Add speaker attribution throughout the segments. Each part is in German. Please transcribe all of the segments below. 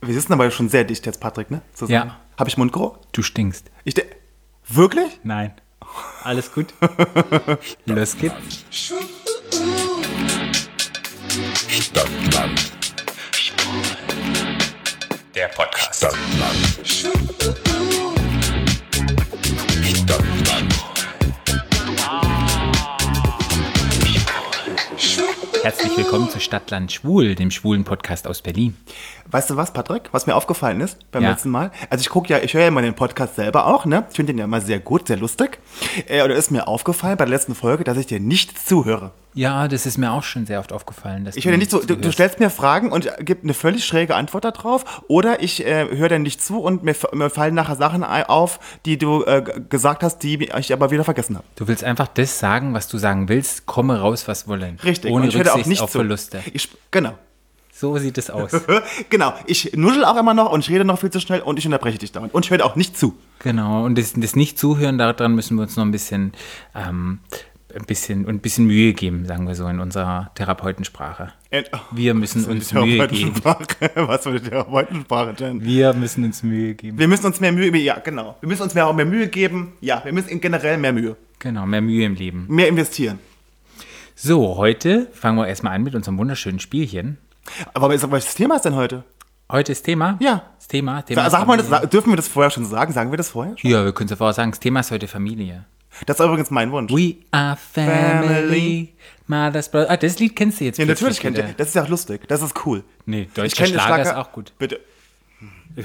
Speaker 1: Wir sitzen aber schon sehr dicht jetzt, Patrick, ne? Zusammen.
Speaker 2: Ja.
Speaker 1: Habe ich Mundgeruch?
Speaker 2: Du stinkst.
Speaker 1: Ich de Wirklich?
Speaker 2: Nein. Alles gut? Los geht's.
Speaker 3: Stadtland.
Speaker 4: Der Podcast.
Speaker 3: Stadtland. Stadtland.
Speaker 2: Herzlich willkommen zu Stadtland Schwul, dem schwulen Podcast aus Berlin.
Speaker 1: Weißt du was, Patrick? Was mir aufgefallen ist beim
Speaker 2: Ja.
Speaker 1: letzten Mal. Also ich gucke ja, ich höre ja immer den Podcast selber auch, ne? Ich finde den ja immer sehr gut, sehr lustig. Äh, und da ist mir aufgefallen bei der letzten Folge, dass ich dir nicht zuhöre.
Speaker 2: Ja, das ist mir auch schon sehr oft aufgefallen. Dass
Speaker 1: Ich höre dir nicht zu. Du, du
Speaker 2: zuhörst.
Speaker 1: stellst mir Fragen und gib eine völlig schräge Antwort darauf. Oder ich äh, höre dir nicht zu und mir, f- mir fallen nachher Sachen ei- auf, die du äh, g- gesagt hast, die ich aber wieder vergessen habe.
Speaker 2: Du willst einfach das sagen, was du sagen willst, komme raus, was wollen.
Speaker 1: Richtig.
Speaker 2: Ohne
Speaker 1: und ich höre dir
Speaker 2: Rücksicht auf Verluste.
Speaker 1: Ich, sp- genau.
Speaker 2: So sieht es aus.
Speaker 1: Genau, ich nuschel auch immer noch und ich rede noch viel zu schnell und ich unterbreche dich damit. Und ich höre dir auch nicht zu.
Speaker 2: genau. Und das, das Nicht-Zuhören, daran müssen wir uns noch ein bisschen, ähm, ein bisschen, ein bisschen Mühe geben, sagen wir so, in unserer Therapeutensprache.
Speaker 1: Und- oh,
Speaker 2: Wir müssen
Speaker 1: Und
Speaker 2: uns Mühe geben.
Speaker 1: Therapeutensprache. Was für eine Therapeutensprache denn?
Speaker 2: Wir müssen uns Mühe geben.
Speaker 1: Wir müssen uns mehr Mühe geben. Ja, genau. Wir müssen uns mehr, mehr Mühe geben. Ja, wir müssen generell mehr Mühe.
Speaker 2: Genau, mehr Mühe im Leben.
Speaker 1: Mehr investieren.
Speaker 2: So, heute fangen wir erstmal an mit unserem wunderschönen Spielchen.
Speaker 1: Aber was- welches Thema ist denn heute?
Speaker 2: Heute ist Thema?
Speaker 1: Ja.
Speaker 2: Das Thema? Thema
Speaker 1: Sa- Sag mal, das,
Speaker 2: Familie.
Speaker 1: sa- dürfen wir das vorher schon sagen? Sagen wir das vorher? schon?
Speaker 2: Ja, wir können es davor sagen. Das Thema ist heute Familie.
Speaker 1: Das ist übrigens mein Wunsch.
Speaker 2: We are family.
Speaker 1: Family.
Speaker 2: Mother's brother. Ah, das Lied kennst du jetzt.
Speaker 1: Ja, natürlich
Speaker 2: plötzlich
Speaker 1: kennt ihr.
Speaker 2: wieder.
Speaker 1: Das ist ja auch lustig. Das ist cool.
Speaker 2: Nee, deutscher
Speaker 1: Ich kenn den
Speaker 2: Schlager ist auch gut.
Speaker 1: Bitte.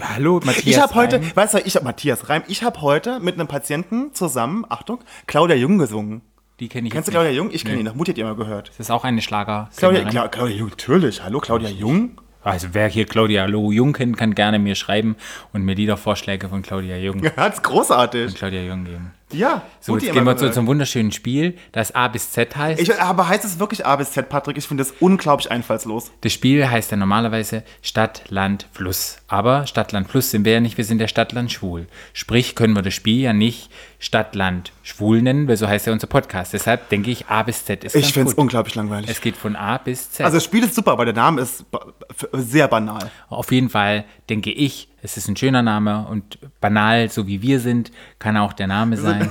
Speaker 2: Hallo, Matthias.
Speaker 1: Ich habe heute,
Speaker 2: Reim.
Speaker 1: weißt du, ich habe Matthias Reim, ich habe heute mit einem Patienten zusammen, Achtung, Claudia Jung gesungen.
Speaker 2: Die kenne ich
Speaker 1: Kennst du
Speaker 2: jetzt nicht.
Speaker 1: Claudia Jung? Ich kenne ihn noch. Mutti hat ihr mal gehört.
Speaker 2: Das ist auch eine Schlager.
Speaker 1: Claudia, Cla Claudia Jung, natürlich. Hallo, Claudia Jung.
Speaker 2: Also, wer hier Claudia Lo Jung kennt, kann gerne mir schreiben und mir Liedervorschläge von Claudia Jung,
Speaker 1: Das ist großartig.
Speaker 2: Claudia Jung geben.
Speaker 1: Ja,
Speaker 2: So,
Speaker 1: Mutti
Speaker 2: jetzt
Speaker 1: hat
Speaker 2: gehen
Speaker 1: mal
Speaker 2: wir zu
Speaker 1: gehört.
Speaker 2: unserem wunderschönen Spiel, das A bis Z heißt.
Speaker 1: ich, aber heißt es wirklich A bis Z, Patrick? Ich finde das unglaublich einfallslos.
Speaker 2: Das Spiel heißt ja normalerweise Stadt, Land, Fluss. Aber Stadt, Land, Fluss sind wir ja nicht, wir sind ja Stadt, Land, Schwul. Sprich, können wir das Spiel ja nicht Stadt, Land, Schwul nennen, weil so heißt ja unser Podcast. Deshalb denke ich, A bis Z ist
Speaker 1: Ich
Speaker 2: ganz
Speaker 1: finde es
Speaker 2: gut.
Speaker 1: unglaublich langweilig.
Speaker 2: Es geht von A bis Z.
Speaker 1: also
Speaker 2: Also
Speaker 1: das Spiel ist super, aber der Name ist ba- f- sehr banal.
Speaker 2: Auf jeden Fall denke ich, es ist ein schöner Name und banal, so wie wir sind, kann auch der Name sein.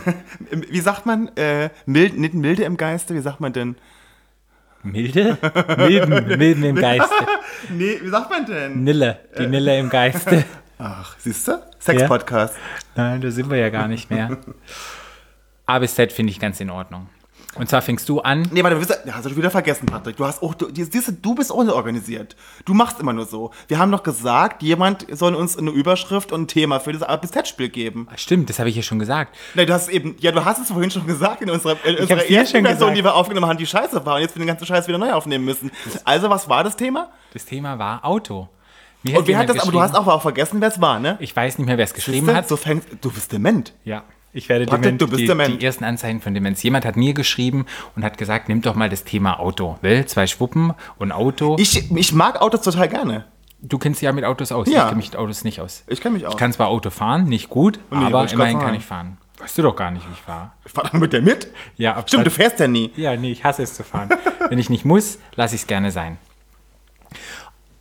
Speaker 1: Ähm, Wie sagt man, äh, mild, nicht milde im Geiste, wie sagt man denn?
Speaker 2: Milde? Milden, Milden im Geiste.
Speaker 1: Nee, wie sagt man denn?
Speaker 2: Nille, die Nille im Geiste.
Speaker 1: Ach, siehst du? Sex-Podcast.
Speaker 2: Nein, da sind wir ja gar nicht mehr. A bis Z finde ich ganz in Ordnung. Und zwar fängst du an.
Speaker 1: Nee, warte, du hast du wieder vergessen, Patrick. Du hast auch, du, die- siehst du, du bist auch nicht organisiert. Du machst immer nur so. Wir haben doch gesagt, jemand soll uns eine Überschrift und ein Thema für das A bis Z-Spiel geben.
Speaker 2: Ah, Stimmt, das habe ich ja schon gesagt.
Speaker 1: Nee, du hast eben, ja, du hast es vorhin schon gesagt in unserer, in unserer
Speaker 2: hab's dir
Speaker 1: ersten
Speaker 2: schon
Speaker 1: Version,
Speaker 2: gesagt.
Speaker 1: die wir aufgenommen haben, die scheiße war und jetzt wir den ganzen Scheiß wieder neu aufnehmen müssen. Also, was war das Thema?
Speaker 2: Das Thema war Auto. Mir
Speaker 1: Und wer Oh, hat
Speaker 2: jemand
Speaker 1: das, aber du hast
Speaker 2: geschrieben-
Speaker 1: auch, auch vergessen, wer es war, ne?
Speaker 2: Ich weiß nicht mehr, wer es
Speaker 1: Siehst
Speaker 2: geschrieben
Speaker 1: du,
Speaker 2: hat.
Speaker 1: so fängst, du bist dement.
Speaker 2: ja. Ich werde
Speaker 1: Patrick,
Speaker 2: dement.
Speaker 1: du bist
Speaker 2: die,
Speaker 1: dement.
Speaker 2: die ersten Anzeichen von Demenz. Jemand hat mir geschrieben und hat gesagt, nimm doch mal das Thema Auto. Will, zwei Schwuppen und Auto.
Speaker 1: Ich, ich mag Autos total gerne.
Speaker 2: du kennst dich ja mit Autos aus.
Speaker 1: Ja.
Speaker 2: Ich kenne mich mit Autos nicht aus.
Speaker 1: Ich kenn mich aus.
Speaker 2: Ich kann zwar Auto fahren, nicht gut,
Speaker 1: nee,
Speaker 2: aber
Speaker 1: wollte ich grad
Speaker 2: immerhin kann
Speaker 1: sagen.
Speaker 2: ich fahren. Weißt du doch gar nicht, wie ich fahre.
Speaker 1: Fahr doch mit der mit?
Speaker 2: Ja, ab
Speaker 1: Stimmt, du fährst ja nie.
Speaker 2: Ja, nee, ich hasse es zu fahren. Wenn ich nicht muss, lasse ich es gerne sein.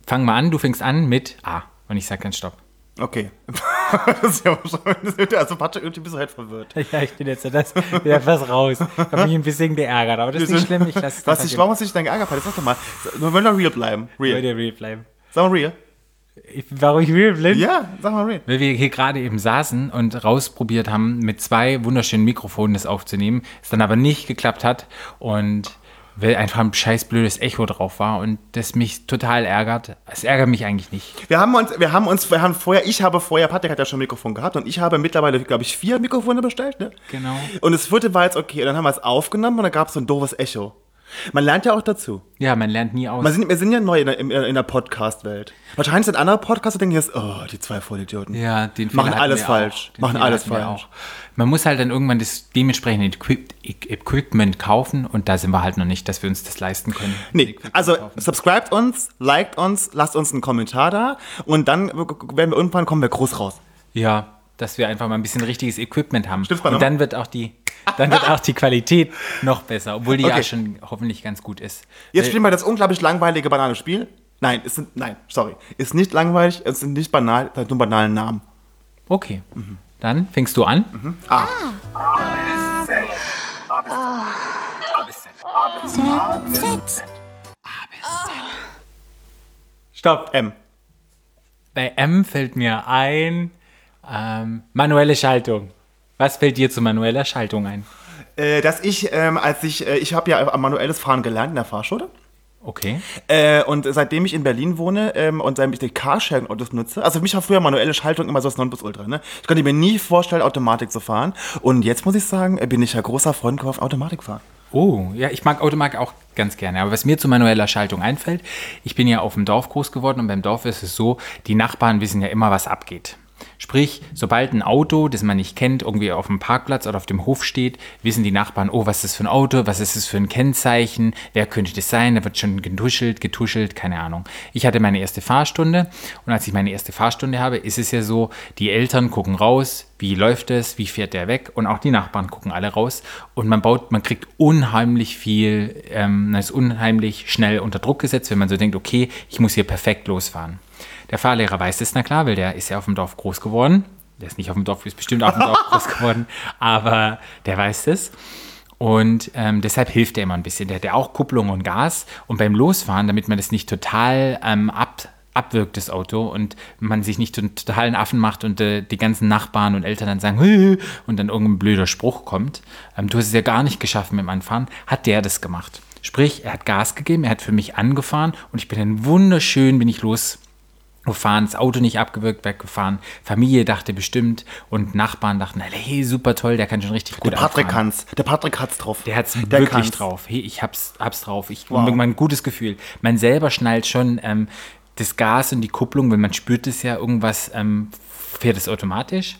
Speaker 2: Fang mal an, du fängst an mit A. Und ich sag ganz Stopp.
Speaker 1: Okay. das ist ja wahrscheinlich. Also, Patrick, irgendwie bist du halt verwirrt.
Speaker 2: Ja, ich bin jetzt das, etwas raus. Ich habe mich ein bisschen geärgert, aber das ist nicht schlimm. Ich lasse es
Speaker 1: Was dich, warum hast du dich dann geärgert? Patrick? Sag doch mal. Wir wollen doch real bleiben. Real.
Speaker 2: real bleiben.
Speaker 1: Sag mal real.
Speaker 2: Ich, warum ich real bin?
Speaker 1: Ja, sag mal real.
Speaker 2: Weil wir hier gerade eben saßen und rausprobiert haben, mit zwei wunderschönen Mikrofonen das aufzunehmen, es dann aber nicht geklappt hat und weil einfach ein scheiß blödes Echo drauf war und das mich total ärgert. Es ärgert mich eigentlich nicht.
Speaker 1: Wir haben uns, wir haben uns, wir haben vorher, ich habe vorher, Patrick hat ja schon ein Mikrofon gehabt und ich habe mittlerweile, glaube ich, vier Mikrofone bestellt, ne?
Speaker 2: Genau.
Speaker 1: Und das vierte war jetzt okay. Und dann haben wir es aufgenommen und dann gab es so ein doofes Echo. Man lernt ja auch dazu.
Speaker 2: Ja, man lernt nie aus.
Speaker 1: Man sind, wir sind ja neu in der, in, in der Podcast-Welt. Wahrscheinlich sind andere Podcaster denken jetzt, oh, die zwei Vollidioten.
Speaker 2: Ja, den Fehler
Speaker 1: Machen
Speaker 2: hatten
Speaker 1: alles
Speaker 2: wir
Speaker 1: falsch.
Speaker 2: Auch. Den
Speaker 1: Machen
Speaker 2: Fehler
Speaker 1: alles
Speaker 2: hatten wir
Speaker 1: falsch.
Speaker 2: Man muss halt dann irgendwann das dementsprechende Equip Equ- Equipment kaufen und da sind wir halt noch nicht, dass wir uns das leisten können.
Speaker 1: Nee, also subscribt uns, liked uns, lasst uns einen Kommentar da und dann werden wir irgendwann kommen wir groß raus.
Speaker 2: Ja, dass wir einfach mal ein bisschen richtiges Equipment haben.
Speaker 1: Stiftspanne.
Speaker 2: Und dann wird auch die dann wird auch die Qualität noch besser, obwohl die ja
Speaker 1: Okay.
Speaker 2: schon hoffentlich ganz gut ist.
Speaker 1: Jetzt spielen wir das unglaublich langweilige Bananenspiel. Nein, es sind, nein, sorry. Ist nicht langweilig, es sind nicht banal, es hat nur banalen Namen.
Speaker 2: Äh, Okay. Dann fängst du an.
Speaker 4: Z.
Speaker 1: Stopp. M.
Speaker 2: Bei M fällt mir ein ähm, manuelle Schaltung. Was fällt dir zu manueller Schaltung ein?
Speaker 1: Äh, dass ich, ähm, als ich, äh, ich habe ja manuelles Fahren gelernt in der Fahrschule.
Speaker 2: Okay.
Speaker 1: Äh, und seitdem ich in Berlin wohne ähm, und seitdem ich die Carsharing-Autos nutze, also für mich war früher manuelle Schaltung immer so das Nonplusultra. Ne? Ich konnte mir nie vorstellen, Automatik zu fahren. Und jetzt muss ich sagen, äh, bin ich ja großer Freund von Automatikfahren.
Speaker 2: Oh, ja, ich mag Automark auch ganz gerne. Aber was mir zu manueller Schaltung einfällt, ich bin ja auf dem Dorf groß geworden und beim Dorf ist es so, die Nachbarn wissen ja immer, was abgeht. Sprich, sobald ein Auto, das man nicht kennt, irgendwie auf dem Parkplatz oder auf dem Hof steht, wissen die Nachbarn, oh, was ist das für ein Auto, was ist das für ein Kennzeichen, wer könnte das sein, da wird schon getuschelt, getuschelt, keine Ahnung. Ich hatte meine erste Fahrstunde und als ich meine erste Fahrstunde habe, ist es ja so, die Eltern gucken raus, wie läuft es, wie fährt der weg und auch die Nachbarn gucken alle raus und man baut, man kriegt unheimlich viel, ähm, man ist unheimlich schnell unter Druck gesetzt, wenn man so denkt, okay, ich muss hier perfekt losfahren. Der Fahrlehrer weiß es, na klar, weil der ist ja auf dem Dorf groß geworden. Der ist nicht auf dem Dorf, ist bestimmt auf dem Dorf groß geworden, aber der weiß es. Und ähm, deshalb hilft er immer ein bisschen. Der hat ja auch Kupplung und Gas. Und beim Losfahren, damit man das nicht total ähm, ab, abwirkt, das Auto, und man sich nicht den totalen Affen macht und äh, die ganzen Nachbarn und Eltern dann sagen, "Hü, hü", und dann irgendein blöder Spruch kommt, ähm, du hast es ja gar nicht geschafft mit dem Anfahren, hat der das gemacht. Sprich, er hat Gas gegeben, er hat für mich angefahren und ich bin dann wunderschön, bin ich los gefahren, das Auto nicht abgewürgt, weggefahren. Familie dachte bestimmt und Nachbarn dachten, hey, super toll, der kann schon richtig gut
Speaker 1: Der Patrick
Speaker 2: abfahren.
Speaker 1: kann's. Der Patrick hat's drauf.
Speaker 2: Der hat's wirklich
Speaker 1: kann's.
Speaker 2: drauf. Hey, ich hab's, hab's drauf. Ich
Speaker 1: Wow.
Speaker 2: wow. ein gutes Gefühl. Man selber schnallt schon ähm, das Gas und die Kupplung, weil man spürt es ja irgendwas. Ähm, fährt es automatisch?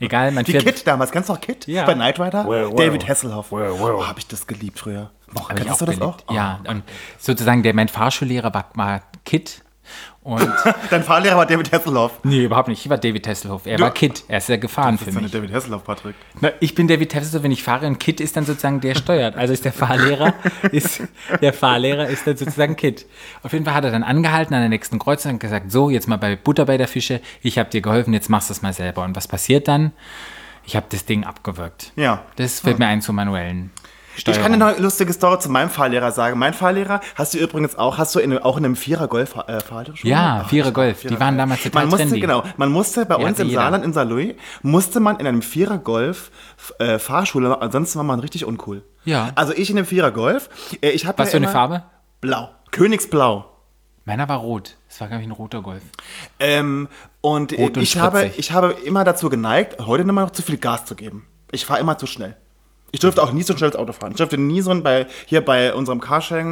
Speaker 2: Egal, man
Speaker 1: Wie
Speaker 2: fährt.
Speaker 1: Kit damals, kennst du noch Kit?
Speaker 2: Ja.
Speaker 1: Bei Knight Rider?
Speaker 5: Wow, wow.
Speaker 1: David Hasselhoff.
Speaker 5: Wow, wow.
Speaker 1: Oh, hab ich das geliebt früher. Oh,
Speaker 2: Hab ich
Speaker 1: kennst du das
Speaker 2: geliebt.
Speaker 1: auch? Oh.
Speaker 2: Ja, und sozusagen der mein Fahrschullehrer war, war Kit und
Speaker 1: Oh, Dein Fahrlehrer war David Hasselhoff.
Speaker 2: nee, überhaupt nicht. Ich war David Hasselhoff. Er war Kit. Er ist ja gefahren für
Speaker 1: Das ist doch
Speaker 2: mich.
Speaker 1: nicht David Hasselhoff, Patrick.
Speaker 2: Na, ich bin David Tefsel, wenn ich fahre und Kit ist dann sozusagen der steuert. Also ist der Fahrlehrer, ist, der Fahrlehrer ist dann sozusagen Kit. Auf jeden Fall hat er dann angehalten an der nächsten Kreuzung und gesagt, so, jetzt mal bei Butter bei der Fische, ich habe dir geholfen, jetzt machst du es mal selber. Und was passiert dann? Ich habe das Ding abgewürgt.
Speaker 1: Ja.
Speaker 2: Das fällt mir ein zu manuellen
Speaker 1: Ich
Speaker 2: Steuerung.
Speaker 1: kann eine lustige Story zu meinem Fahrlehrer sagen. Mein Fahrlehrer hast du übrigens auch, hast du in, auch in einem Vierer Golf äh, Fahrlehrerschule?
Speaker 2: Ja,
Speaker 1: Ach,
Speaker 2: Vierer Golf. Die waren damals total
Speaker 1: man musste,
Speaker 2: trendy.
Speaker 1: Genau, man musste bei uns
Speaker 2: hatte
Speaker 1: im
Speaker 2: jeder.
Speaker 1: Saarland, in Saarlouis, musste man in einem Vierer Golf äh, Fahrschule, ansonsten war man richtig uncool.
Speaker 2: Ja.
Speaker 1: Also ich in einem Vierer Golf. Äh, ich hab
Speaker 2: Was
Speaker 1: ja
Speaker 2: für eine
Speaker 1: immer-
Speaker 2: Farbe?
Speaker 1: Blau. Königsblau.
Speaker 2: Meiner war rot. Es war, glaube ich, ein roter Golf.
Speaker 1: Ähm, und
Speaker 2: Rot und
Speaker 1: ich, habe,
Speaker 2: spritzig.
Speaker 1: ich habe immer dazu geneigt, heute immer noch zu viel Gas zu geben. Ich fahre immer zu schnell. Ich dürfte auch nie so ein schnelles Auto fahren. Ich dürfte nie so ein, bei, hier bei unserem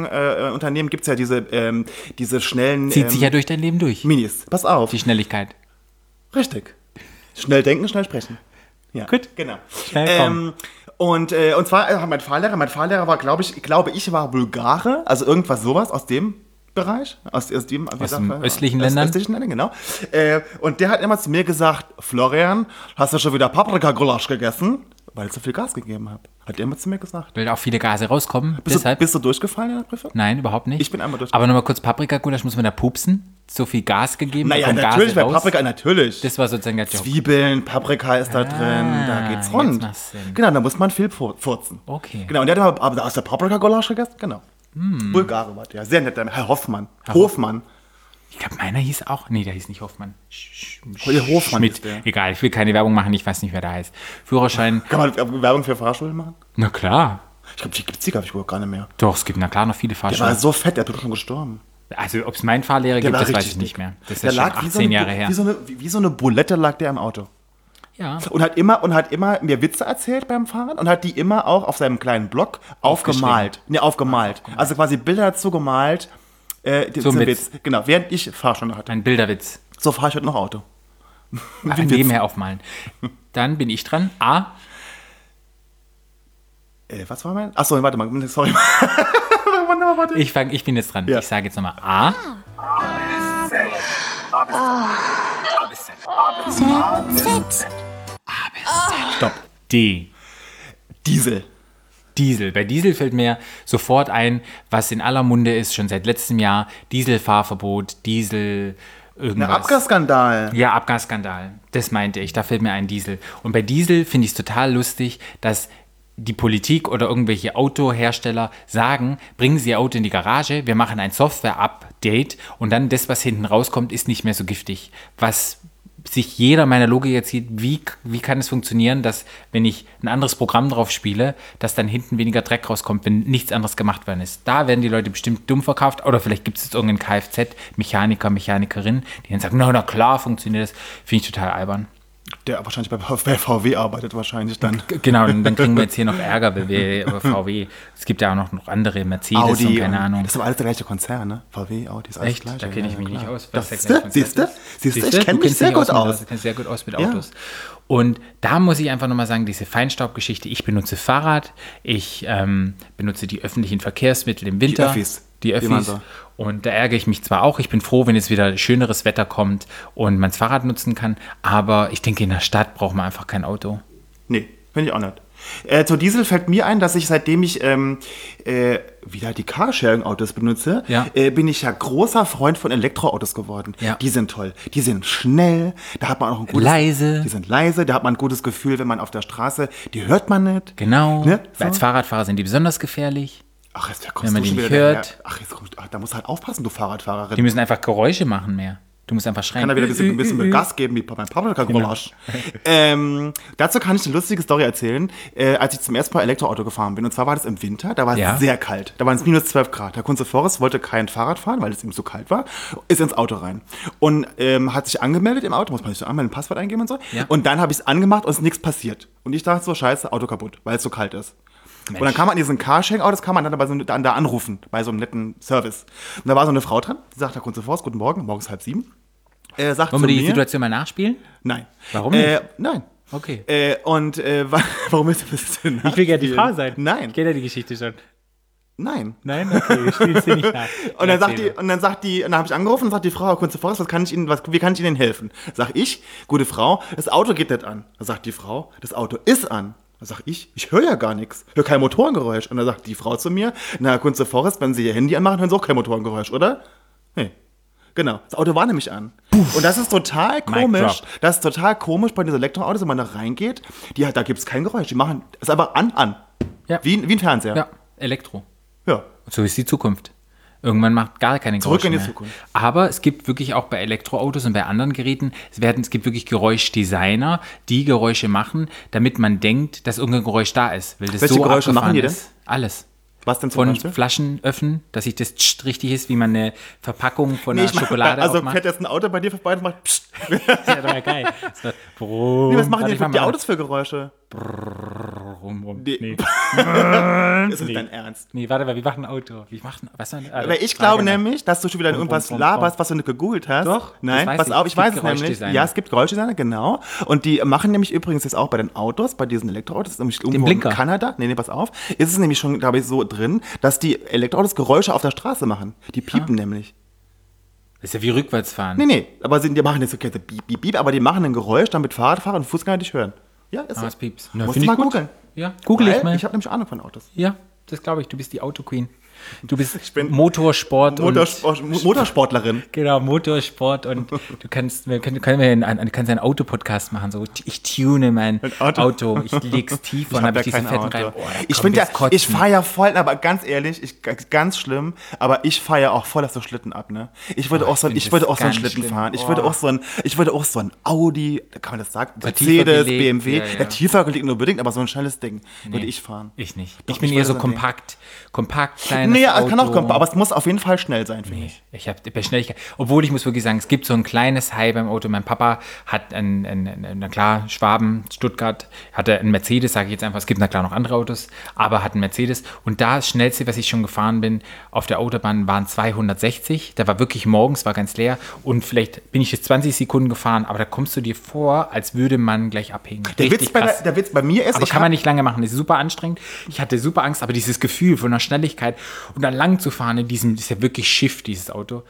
Speaker 1: Carsharing-Unternehmen gibt's ja diese, ähm, diese schnellen
Speaker 2: Zieht
Speaker 1: ähm,
Speaker 2: sich ja durch dein Leben durch.
Speaker 1: Minis. Pass auf.
Speaker 2: Die Schnelligkeit.
Speaker 1: Richtig. Schnell denken, schnell sprechen. Ja.
Speaker 2: Gut.
Speaker 1: Genau.
Speaker 2: Schnell kommen.
Speaker 1: und, äh, und zwar äh, mein Fahrlehrer, mein Fahrlehrer war, glaube ich, glaube ich, war Bulgare, also irgendwas sowas aus dem Bereich, aus, aus dem wie
Speaker 2: Aus
Speaker 1: sagt
Speaker 2: den
Speaker 1: man?
Speaker 2: östlichen
Speaker 1: aus,
Speaker 2: Ländern?
Speaker 1: östlichen Ländern, genau. Äh, und der hat immer zu mir gesagt, Florian, hast du schon wieder Paprikagulasch gegessen, weil ich zu viel Gas gegeben habe. Hat er immer zu mir gesagt.
Speaker 2: Weil auch viele Gase rauskommen.
Speaker 1: Bist, du,
Speaker 2: deshalb.
Speaker 1: bist du durchgefallen in der Prüfung?
Speaker 2: Nein, überhaupt nicht.
Speaker 1: Ich bin einmal durch-
Speaker 2: Aber nochmal kurz Paprikagulasch, muss man da pupsen? So viel Gas gegeben? da
Speaker 1: Naja,
Speaker 2: kommt
Speaker 1: natürlich,
Speaker 2: Gase
Speaker 1: bei
Speaker 2: raus.
Speaker 1: Paprika, natürlich.
Speaker 2: Das war sozusagen der Job.
Speaker 1: Zwiebeln, Paprika ist da drin, da geht's rund.
Speaker 2: Ah, jetzt macht's Sinn.
Speaker 1: Genau, da muss man viel fu- furzen.
Speaker 2: Okay. Hm.
Speaker 1: Genau, und der hat aber aber aus der Paprika-Gulasch gegessen, genau. Bulgare war der, sehr netter, Herr Hoffmann. Hofmann.
Speaker 2: Ich glaube, meiner hieß auch. Nee, der hieß nicht Hoffmann. Sch- Sch-
Speaker 1: Ihr Hofmann
Speaker 2: Schmidt.
Speaker 1: ist der.
Speaker 2: Egal, ich will keine Werbung machen, ich weiß nicht, wer da heißt. Führerschein.
Speaker 1: Kann man Werbung für Fahrschulen machen?
Speaker 2: na klar.
Speaker 1: Ich glaube, die Kritik habe ich wohl gar nicht mehr.
Speaker 2: Doch, es gibt na klar noch viele
Speaker 1: Der war
Speaker 2: Fahrschulen.
Speaker 1: so fett, der ist doch schon gestorben.
Speaker 2: Also, ob es meinen Fahrlehrer gibt,
Speaker 1: war
Speaker 2: das weiß
Speaker 1: richtig
Speaker 2: ich nicht
Speaker 1: dick.
Speaker 2: mehr. Das ist
Speaker 1: Der
Speaker 2: schon
Speaker 1: lag
Speaker 2: 18
Speaker 1: wie so, eine,
Speaker 2: Jahre her.
Speaker 1: Wie, so eine, wie, wie so eine Bulette lag der im Auto.
Speaker 2: ja.
Speaker 1: Und hat immer und hat immer mir Witze erzählt beim Fahren und hat die immer auch auf seinem kleinen Blog aufgemalt. Ne, aufgemalt. Also quasi Bilder dazu gemalt. Äh,
Speaker 2: Zum
Speaker 1: diesen
Speaker 2: Witz.
Speaker 1: Genau, während ich Fahrstunde hatte.
Speaker 2: Ein Bilderwitz.
Speaker 1: So fahre ich heute noch Auto.
Speaker 2: Ach, nebenher aufmalen. Dann bin ich dran. A.
Speaker 1: Äh, was war mein? Achso, warte mal, sorry. warte mal, warte.
Speaker 2: Ich, fang, ich bin jetzt dran.
Speaker 1: Ja.
Speaker 2: Ich sage jetzt nochmal A.
Speaker 4: Z.
Speaker 2: D.
Speaker 1: Diesel.
Speaker 2: Diesel. Bei Diesel fällt mir sofort ein, was in aller Munde ist, schon seit letztem Jahr. Dieselfahrverbot, Diesel,
Speaker 1: Ein
Speaker 2: irgendwas.
Speaker 1: Abgasskandal.
Speaker 2: Ja, Abgasskandal. Das meinte ich. Da fällt mir ein Diesel. Und bei Diesel finde ich es total lustig, dass die Politik oder irgendwelche Autohersteller sagen, bringen Sie Ihr Auto in die Garage, wir machen ein Software-Update und dann das, was hinten rauskommt, ist nicht mehr so giftig. Was sich jeder meiner Logik erzieht, wie, wie kann es funktionieren, dass wenn ich ein anderes Programm drauf spiele, dass dann hinten weniger Dreck rauskommt, wenn nichts anderes gemacht worden ist. Da werden die Leute bestimmt dumm verkauft oder vielleicht gibt es jetzt irgendeinen Kfz-Mechaniker, Mechanikerin, die dann sagt, na, na klar funktioniert das. Finde ich total albern.
Speaker 1: Der wahrscheinlich bei, bei VW arbeitet wahrscheinlich dann.
Speaker 2: G- Genau, und dann kriegen wir jetzt hier noch Ärger bei W- bei VW. Es gibt ja auch noch, noch andere, Mercedes und
Speaker 1: Audi.
Speaker 2: keine Ahnung.
Speaker 1: Das ist aber alles der gleiche Konzern, ne? VW, Audi, ist alles
Speaker 2: Echt?
Speaker 1: gleich.
Speaker 2: Da kenne ich mich nicht aus.
Speaker 1: Das
Speaker 2: was
Speaker 1: siehst
Speaker 2: der
Speaker 1: du,
Speaker 2: Kleinschwanz
Speaker 1: siehst du,
Speaker 2: ist.
Speaker 1: siehst du,
Speaker 2: Siehst du?
Speaker 1: ich kenne mich
Speaker 2: Du kennst
Speaker 1: sehr
Speaker 2: dich
Speaker 1: gut
Speaker 2: mit
Speaker 1: aus.
Speaker 2: Du kennst sehr gut aus mit
Speaker 1: Ja.
Speaker 2: Autos. Und da muss ich einfach nochmal sagen, diese Feinstaubgeschichte, ich benutze Fahrrad, ich ähm, benutze die öffentlichen Verkehrsmittel im Winter.
Speaker 1: Öffis,
Speaker 2: Die
Speaker 1: wie man
Speaker 2: Öffis.
Speaker 1: so-
Speaker 2: Und da ärgere ich mich zwar auch, ich bin froh, wenn jetzt wieder schöneres Wetter kommt und man das Fahrrad nutzen kann, aber ich denke, in der Stadt braucht man einfach kein Auto.
Speaker 1: Nee, finde ich auch nicht. Äh, zu Diesel fällt mir ein, dass ich seitdem ich ähm, äh, wieder die Carsharing-Autos benutze,
Speaker 2: Ja.
Speaker 1: äh, bin ich ja großer Freund von Elektroautos geworden.
Speaker 2: Ja.
Speaker 1: Die sind toll. Die sind schnell. Da hat man auch ein gutes
Speaker 2: Leise.
Speaker 1: Die sind leise. Da hat man ein gutes Gefühl, wenn man auf der Straße. Die hört man nicht.
Speaker 2: Genau.
Speaker 1: Ne? So.
Speaker 2: Als Fahrradfahrer sind die besonders gefährlich.
Speaker 1: Ach, jetzt kommst
Speaker 2: wenn man
Speaker 1: du
Speaker 2: die
Speaker 1: schon
Speaker 2: nicht
Speaker 1: wieder daher.
Speaker 2: hört.
Speaker 1: Ach, jetzt kommst, ach, da musst du halt aufpassen, du Fahrradfahrerin.
Speaker 2: Die müssen einfach Geräusche machen mehr. Du musst einfach schreien.
Speaker 1: kann da wieder ein bisschen, ein bisschen
Speaker 2: Ü, ü,
Speaker 1: mit
Speaker 2: ü. Genau.
Speaker 1: Gas geben, wie beim Paprika-Gulasch. Ähm, dazu kann ich eine lustige Story erzählen, äh, als ich zum ersten Mal Elektroauto gefahren bin. Und zwar war das im Winter, da war es
Speaker 2: Ja.
Speaker 1: sehr kalt. Da waren es minus 12 Grad. Herr Kunze Forrest wollte kein Fahrrad fahren, weil es ihm zu kalt war, ist ins Auto rein. Und ähm, hat sich angemeldet im Auto, muss man sich so anmelden, Passwort eingeben und so.
Speaker 2: Ja.
Speaker 1: Und dann habe ich es angemacht und es ist nichts passiert. Und ich dachte so, scheiße, Auto kaputt, weil es so kalt ist. Und dann kam man in diesen Carsharing-Autos, kann man dann, bei so, dann da anrufen, bei so einem netten Service. Und da war so eine Frau dran, die sagt, Herr Kunze Forrest, guten Morgen, morgens halb sieben. Äh, sagt
Speaker 2: Wollen
Speaker 1: zu
Speaker 2: wir die
Speaker 1: mir,
Speaker 2: Situation mal nachspielen?
Speaker 1: Nein.
Speaker 2: Warum nicht?
Speaker 1: Äh, nein.
Speaker 2: Okay.
Speaker 1: Äh, und äh, wa- warum ist das denn?
Speaker 2: Ich will gerne die Frau sein.
Speaker 1: Nein,
Speaker 2: Ich kenne ja die Geschichte schon.
Speaker 1: nein.
Speaker 2: Nein, okay, ich spiele sie nicht nach.
Speaker 1: Und dann, sagt die,
Speaker 2: Erzähl.
Speaker 1: und dann sagt die, und dann habe ich angerufen und sagt die Frau, Herr Kunze Forst, was kann ich Ihnen, was, wie kann ich Ihnen helfen? Sag ich, gute Frau, das Auto geht nicht an. Dann sagt die Frau, das Auto ist an. Dann sag ich, ich höre ja gar nichts, höre kein Motorengeräusch. Und dann sagt die Frau zu mir, na Herr Kunze Forrest, wenn Sie Ihr Handy anmachen, hören Sie auch kein Motorengeräusch, oder? Nee. Genau, das Auto war nämlich an. Und das ist total komisch.
Speaker 2: drop.
Speaker 1: Das ist total komisch bei diesen Elektroautos, wenn man da reingeht. Die, da gibt es kein Geräusch. Die machen es einfach an, an.
Speaker 2: Ja.
Speaker 1: Wie, ein- wie ein Fernseher.
Speaker 2: Ja, Elektro.
Speaker 1: ja.
Speaker 2: So ist die Zukunft. Irgendwann macht gar keine
Speaker 1: Zurück
Speaker 2: Geräusche
Speaker 1: in die
Speaker 2: mehr.
Speaker 1: Zukunft.
Speaker 2: Aber es gibt wirklich auch bei Elektroautos und bei anderen Geräten, es, werden, es gibt wirklich Geräuschdesigner, die Geräusche machen, damit man denkt, dass irgendein Geräusch da ist. Weil das
Speaker 1: Welche
Speaker 2: so
Speaker 1: Geräusche machen
Speaker 2: abgefahren
Speaker 1: die denn?
Speaker 2: Ist. Alles.
Speaker 1: Was denn zum
Speaker 2: Von
Speaker 1: Beispiel?
Speaker 2: Flaschen öffnen, dass sich das tscht richtig ist, wie man eine Verpackung von einer
Speaker 1: ich mach-
Speaker 2: Schokolade
Speaker 1: Also
Speaker 2: aufmacht.
Speaker 1: fährt jetzt ein Auto bei dir vorbei und macht. Psst.
Speaker 2: Das ist ja total geil. Das war- Brumm.
Speaker 1: Was machen
Speaker 2: Warte,
Speaker 1: die,
Speaker 2: ich mach
Speaker 1: für die
Speaker 2: mal-
Speaker 1: Autos für Geräusche?
Speaker 2: Brumm, brumm.
Speaker 1: Die-
Speaker 2: Nee.
Speaker 1: Ist das dein Ernst?
Speaker 2: Nee, warte mal, wie macht ein Auto? Wie macht ein, was war denn- also,
Speaker 1: Weil ich
Speaker 2: Frage
Speaker 1: glaube
Speaker 2: nach-
Speaker 1: nämlich, dass du schon wieder in irgendwas
Speaker 2: rum, rum, rum.
Speaker 1: laberst, was du nicht gegoogelt hast.
Speaker 2: Doch,
Speaker 1: Nein,
Speaker 2: das weiß
Speaker 1: pass
Speaker 2: ich.
Speaker 1: auf, ich
Speaker 2: Es gibt
Speaker 1: weiß es nämlich.
Speaker 2: Geräuschdesigner.
Speaker 1: Ja, es gibt Geräuschdesigner, genau. Und die machen nämlich übrigens jetzt auch bei den Autos, bei diesen Elektroautos, nämlich irgendwo in
Speaker 2: Blinker.
Speaker 1: Kanada, nee, nee, pass auf, ist es nämlich schon, glaube ich, so drin, dass die Elektroautos Geräusche auf der Straße machen. Die piepen
Speaker 2: Ah.
Speaker 1: nämlich.
Speaker 2: Das ist ja wie rückwärts fahren.
Speaker 1: Nee, nee, aber sind, die machen jetzt so okay, beep, beep, beep, aber die machen ein Geräusch, damit Fahrradfahrer und Fußgänger dich hören. Ja, ist
Speaker 2: Ah,
Speaker 1: so.
Speaker 2: es pieps. Na,
Speaker 1: Musst
Speaker 2: find
Speaker 1: du
Speaker 2: ich
Speaker 1: mal
Speaker 2: gut.
Speaker 1: googeln.
Speaker 2: Ja, google
Speaker 1: Weil
Speaker 2: ich mal.
Speaker 1: Ich habe nämlich Ahnung von Autos.
Speaker 2: ja, das glaube ich. Du bist die Auto-Queen. Du bist
Speaker 1: bin
Speaker 2: Motorsport und...
Speaker 1: Motorsport, Motorsportlerin.
Speaker 2: Genau, Motorsport und du kannst, wir können, können wir einen, einen, du kannst einen Autopodcast machen, so ich tune mein Auto.
Speaker 1: Auto.
Speaker 2: ich leg's tief
Speaker 1: Ich
Speaker 2: und
Speaker 1: hab
Speaker 2: habe
Speaker 1: ja
Speaker 2: ich diese
Speaker 1: kein
Speaker 2: fetten
Speaker 1: Auto.
Speaker 2: Reifen. Oh, da
Speaker 1: ich
Speaker 2: komm,
Speaker 1: bin ja,
Speaker 2: jetzt kotzen.
Speaker 1: ich fahre ja voll, aber ganz ehrlich, ich, ganz schlimm, aber ich fahre ja auch voll auf so Schlitten ab, ne? Ich würde auch so,
Speaker 2: find
Speaker 1: ich würde
Speaker 2: das
Speaker 1: auch so einen
Speaker 2: ganz
Speaker 1: Schlitten
Speaker 2: schlimm.
Speaker 1: fahren. Ich
Speaker 2: Oh.
Speaker 1: würde auch so ein, ich würde auch so ein Audi, kann man das sagen?
Speaker 2: tiefer
Speaker 1: Mercedes,
Speaker 2: gelegt,
Speaker 1: BMW,
Speaker 2: ja, ja.
Speaker 1: ja, tiefer gelegt nur unbedingt, aber so ein schnelles Ding würde ich fahren.
Speaker 2: Ich nicht.
Speaker 1: Doch,
Speaker 2: ich bin
Speaker 1: ich
Speaker 2: eher
Speaker 1: weiß
Speaker 2: so
Speaker 1: es nicht.
Speaker 2: kompakt, kompakt, kleines
Speaker 1: Nee,
Speaker 2: Auto.
Speaker 1: kann auch kommen, aber es muss auf jeden Fall schnell sein, finde ich.
Speaker 2: Ich, ich habe bei Schnelligkeit. Obwohl ich muss wirklich sagen, es gibt so ein kleines High beim Auto. Mein Papa hat einen, einen, einen na klar, Schwaben, Stuttgart, hatte einen Mercedes, sage ich jetzt einfach. Es gibt na klar noch andere Autos, aber hat einen Mercedes. Und da das schnellste, was ich schon gefahren bin, auf der Autobahn waren 260. Da war wirklich morgens, war ganz leer. Und vielleicht bin ich jetzt 20 Sekunden gefahren, aber da kommst du dir vor, als würde man gleich abhängen.
Speaker 1: Der
Speaker 2: Richtig
Speaker 1: Witz, bei,
Speaker 2: krass.
Speaker 1: der, der Witz bei mir ist,
Speaker 2: Aber
Speaker 1: Also ich
Speaker 2: kann
Speaker 1: hab-
Speaker 2: man nicht lange machen. Das ist super anstrengend. Ich hatte super Angst, aber dieses Gefühl von der Schnelligkeit und dann lang zu fahren in diesem, das ist ja wirklich Schiff, dieses Auto.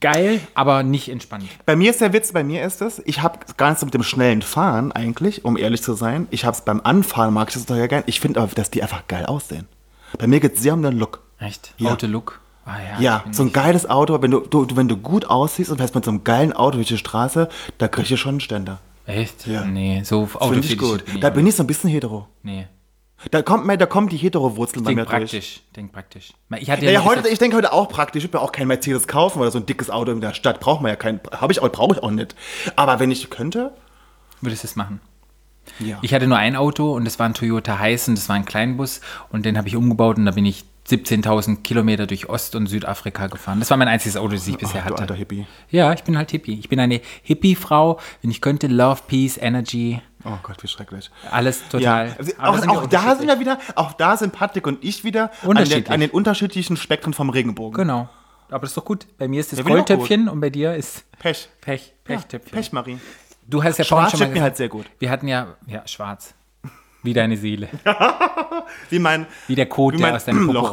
Speaker 2: geil, aber nicht entspannt.
Speaker 1: Bei mir ist der Witz, bei mir ist es, ich habe gar nichts mit dem schnellen Fahren eigentlich, um ehrlich zu sein. Ich habe es beim Anfahren, mag ich das total gern. Ich finde aber, dass die einfach geil aussehen. Bei mir geht es sehr um den Look.
Speaker 2: Echt?
Speaker 1: Ja.
Speaker 2: Auto Look? Ah, ja,
Speaker 1: Ja,
Speaker 2: bin
Speaker 1: so ein
Speaker 2: ich.
Speaker 1: geiles Auto, wenn du, du, du- wenn du gut aussiehst und fährst mit so einem geilen Auto durch die Straße, da kriegst du schon einen Ständer.
Speaker 2: Echt?
Speaker 1: Ja.
Speaker 2: Nee, so Auto
Speaker 1: Finde ich gut. Oh, Da bin ich so ein bisschen hetero.
Speaker 2: Nee,
Speaker 1: Da kommt, mir- da kommt die hetero Wurzel bei mir
Speaker 2: denk
Speaker 1: durch.
Speaker 2: praktisch. Denk praktisch. Ich hatte
Speaker 1: Ja, ja, heute,
Speaker 2: gesagt-
Speaker 1: ich denke heute auch praktisch. Ich will mir auch kein Mercedes kaufen oder so ein dickes Auto in der Stadt. Braucht man ja kein. Habe ich auch, brauche ich auch nicht. Aber wenn ich könnte,
Speaker 2: würdest du es machen.
Speaker 1: ja.
Speaker 2: Ich hatte nur ein Auto und das war ein Toyota Hiace und das war ein Kleinbus und den habe ich umgebaut und da bin ich 17.000 Kilometer durch Ost- und Südafrika gefahren. Das war mein einziges Auto, das ich bisher
Speaker 1: Ach, du
Speaker 2: hatte.
Speaker 1: alter Hippie.
Speaker 2: Ja, ich bin halt Hippie. Ich bin eine Hippie-Frau. Wenn ich könnte, Love, Peace, Energy,
Speaker 1: Oh Gott, wie schrecklich.
Speaker 2: alles total.
Speaker 1: Ja, also
Speaker 2: Aber
Speaker 1: auch,
Speaker 2: sind wir
Speaker 1: auch da sind
Speaker 2: unterschiedlich.
Speaker 1: wir wieder, auch da sind Patrick und ich wieder an,
Speaker 2: Unterschiedlich.
Speaker 1: den, an den unterschiedlichen Spektren vom Regenbogen.
Speaker 2: Genau. Aber das ist doch gut. Bei mir ist das
Speaker 1: Ja, bin ich auch
Speaker 2: Goldtöpfchen und bei dir ist
Speaker 1: Pech.
Speaker 2: Pech, Pechtöpfchen.
Speaker 1: Pech, Marie.
Speaker 2: Du hast ja vorhin
Speaker 1: Schwarz
Speaker 2: schon mal
Speaker 1: schmeckt mir
Speaker 2: gesagt-
Speaker 1: halt sehr gut.
Speaker 2: Wir hatten ja, ja, schwarz. Wie deine Seele.
Speaker 1: Wie mein.
Speaker 2: Wie der Kot,
Speaker 1: Wie
Speaker 2: der
Speaker 1: mein
Speaker 2: aus deinem Popo
Speaker 1: Loch.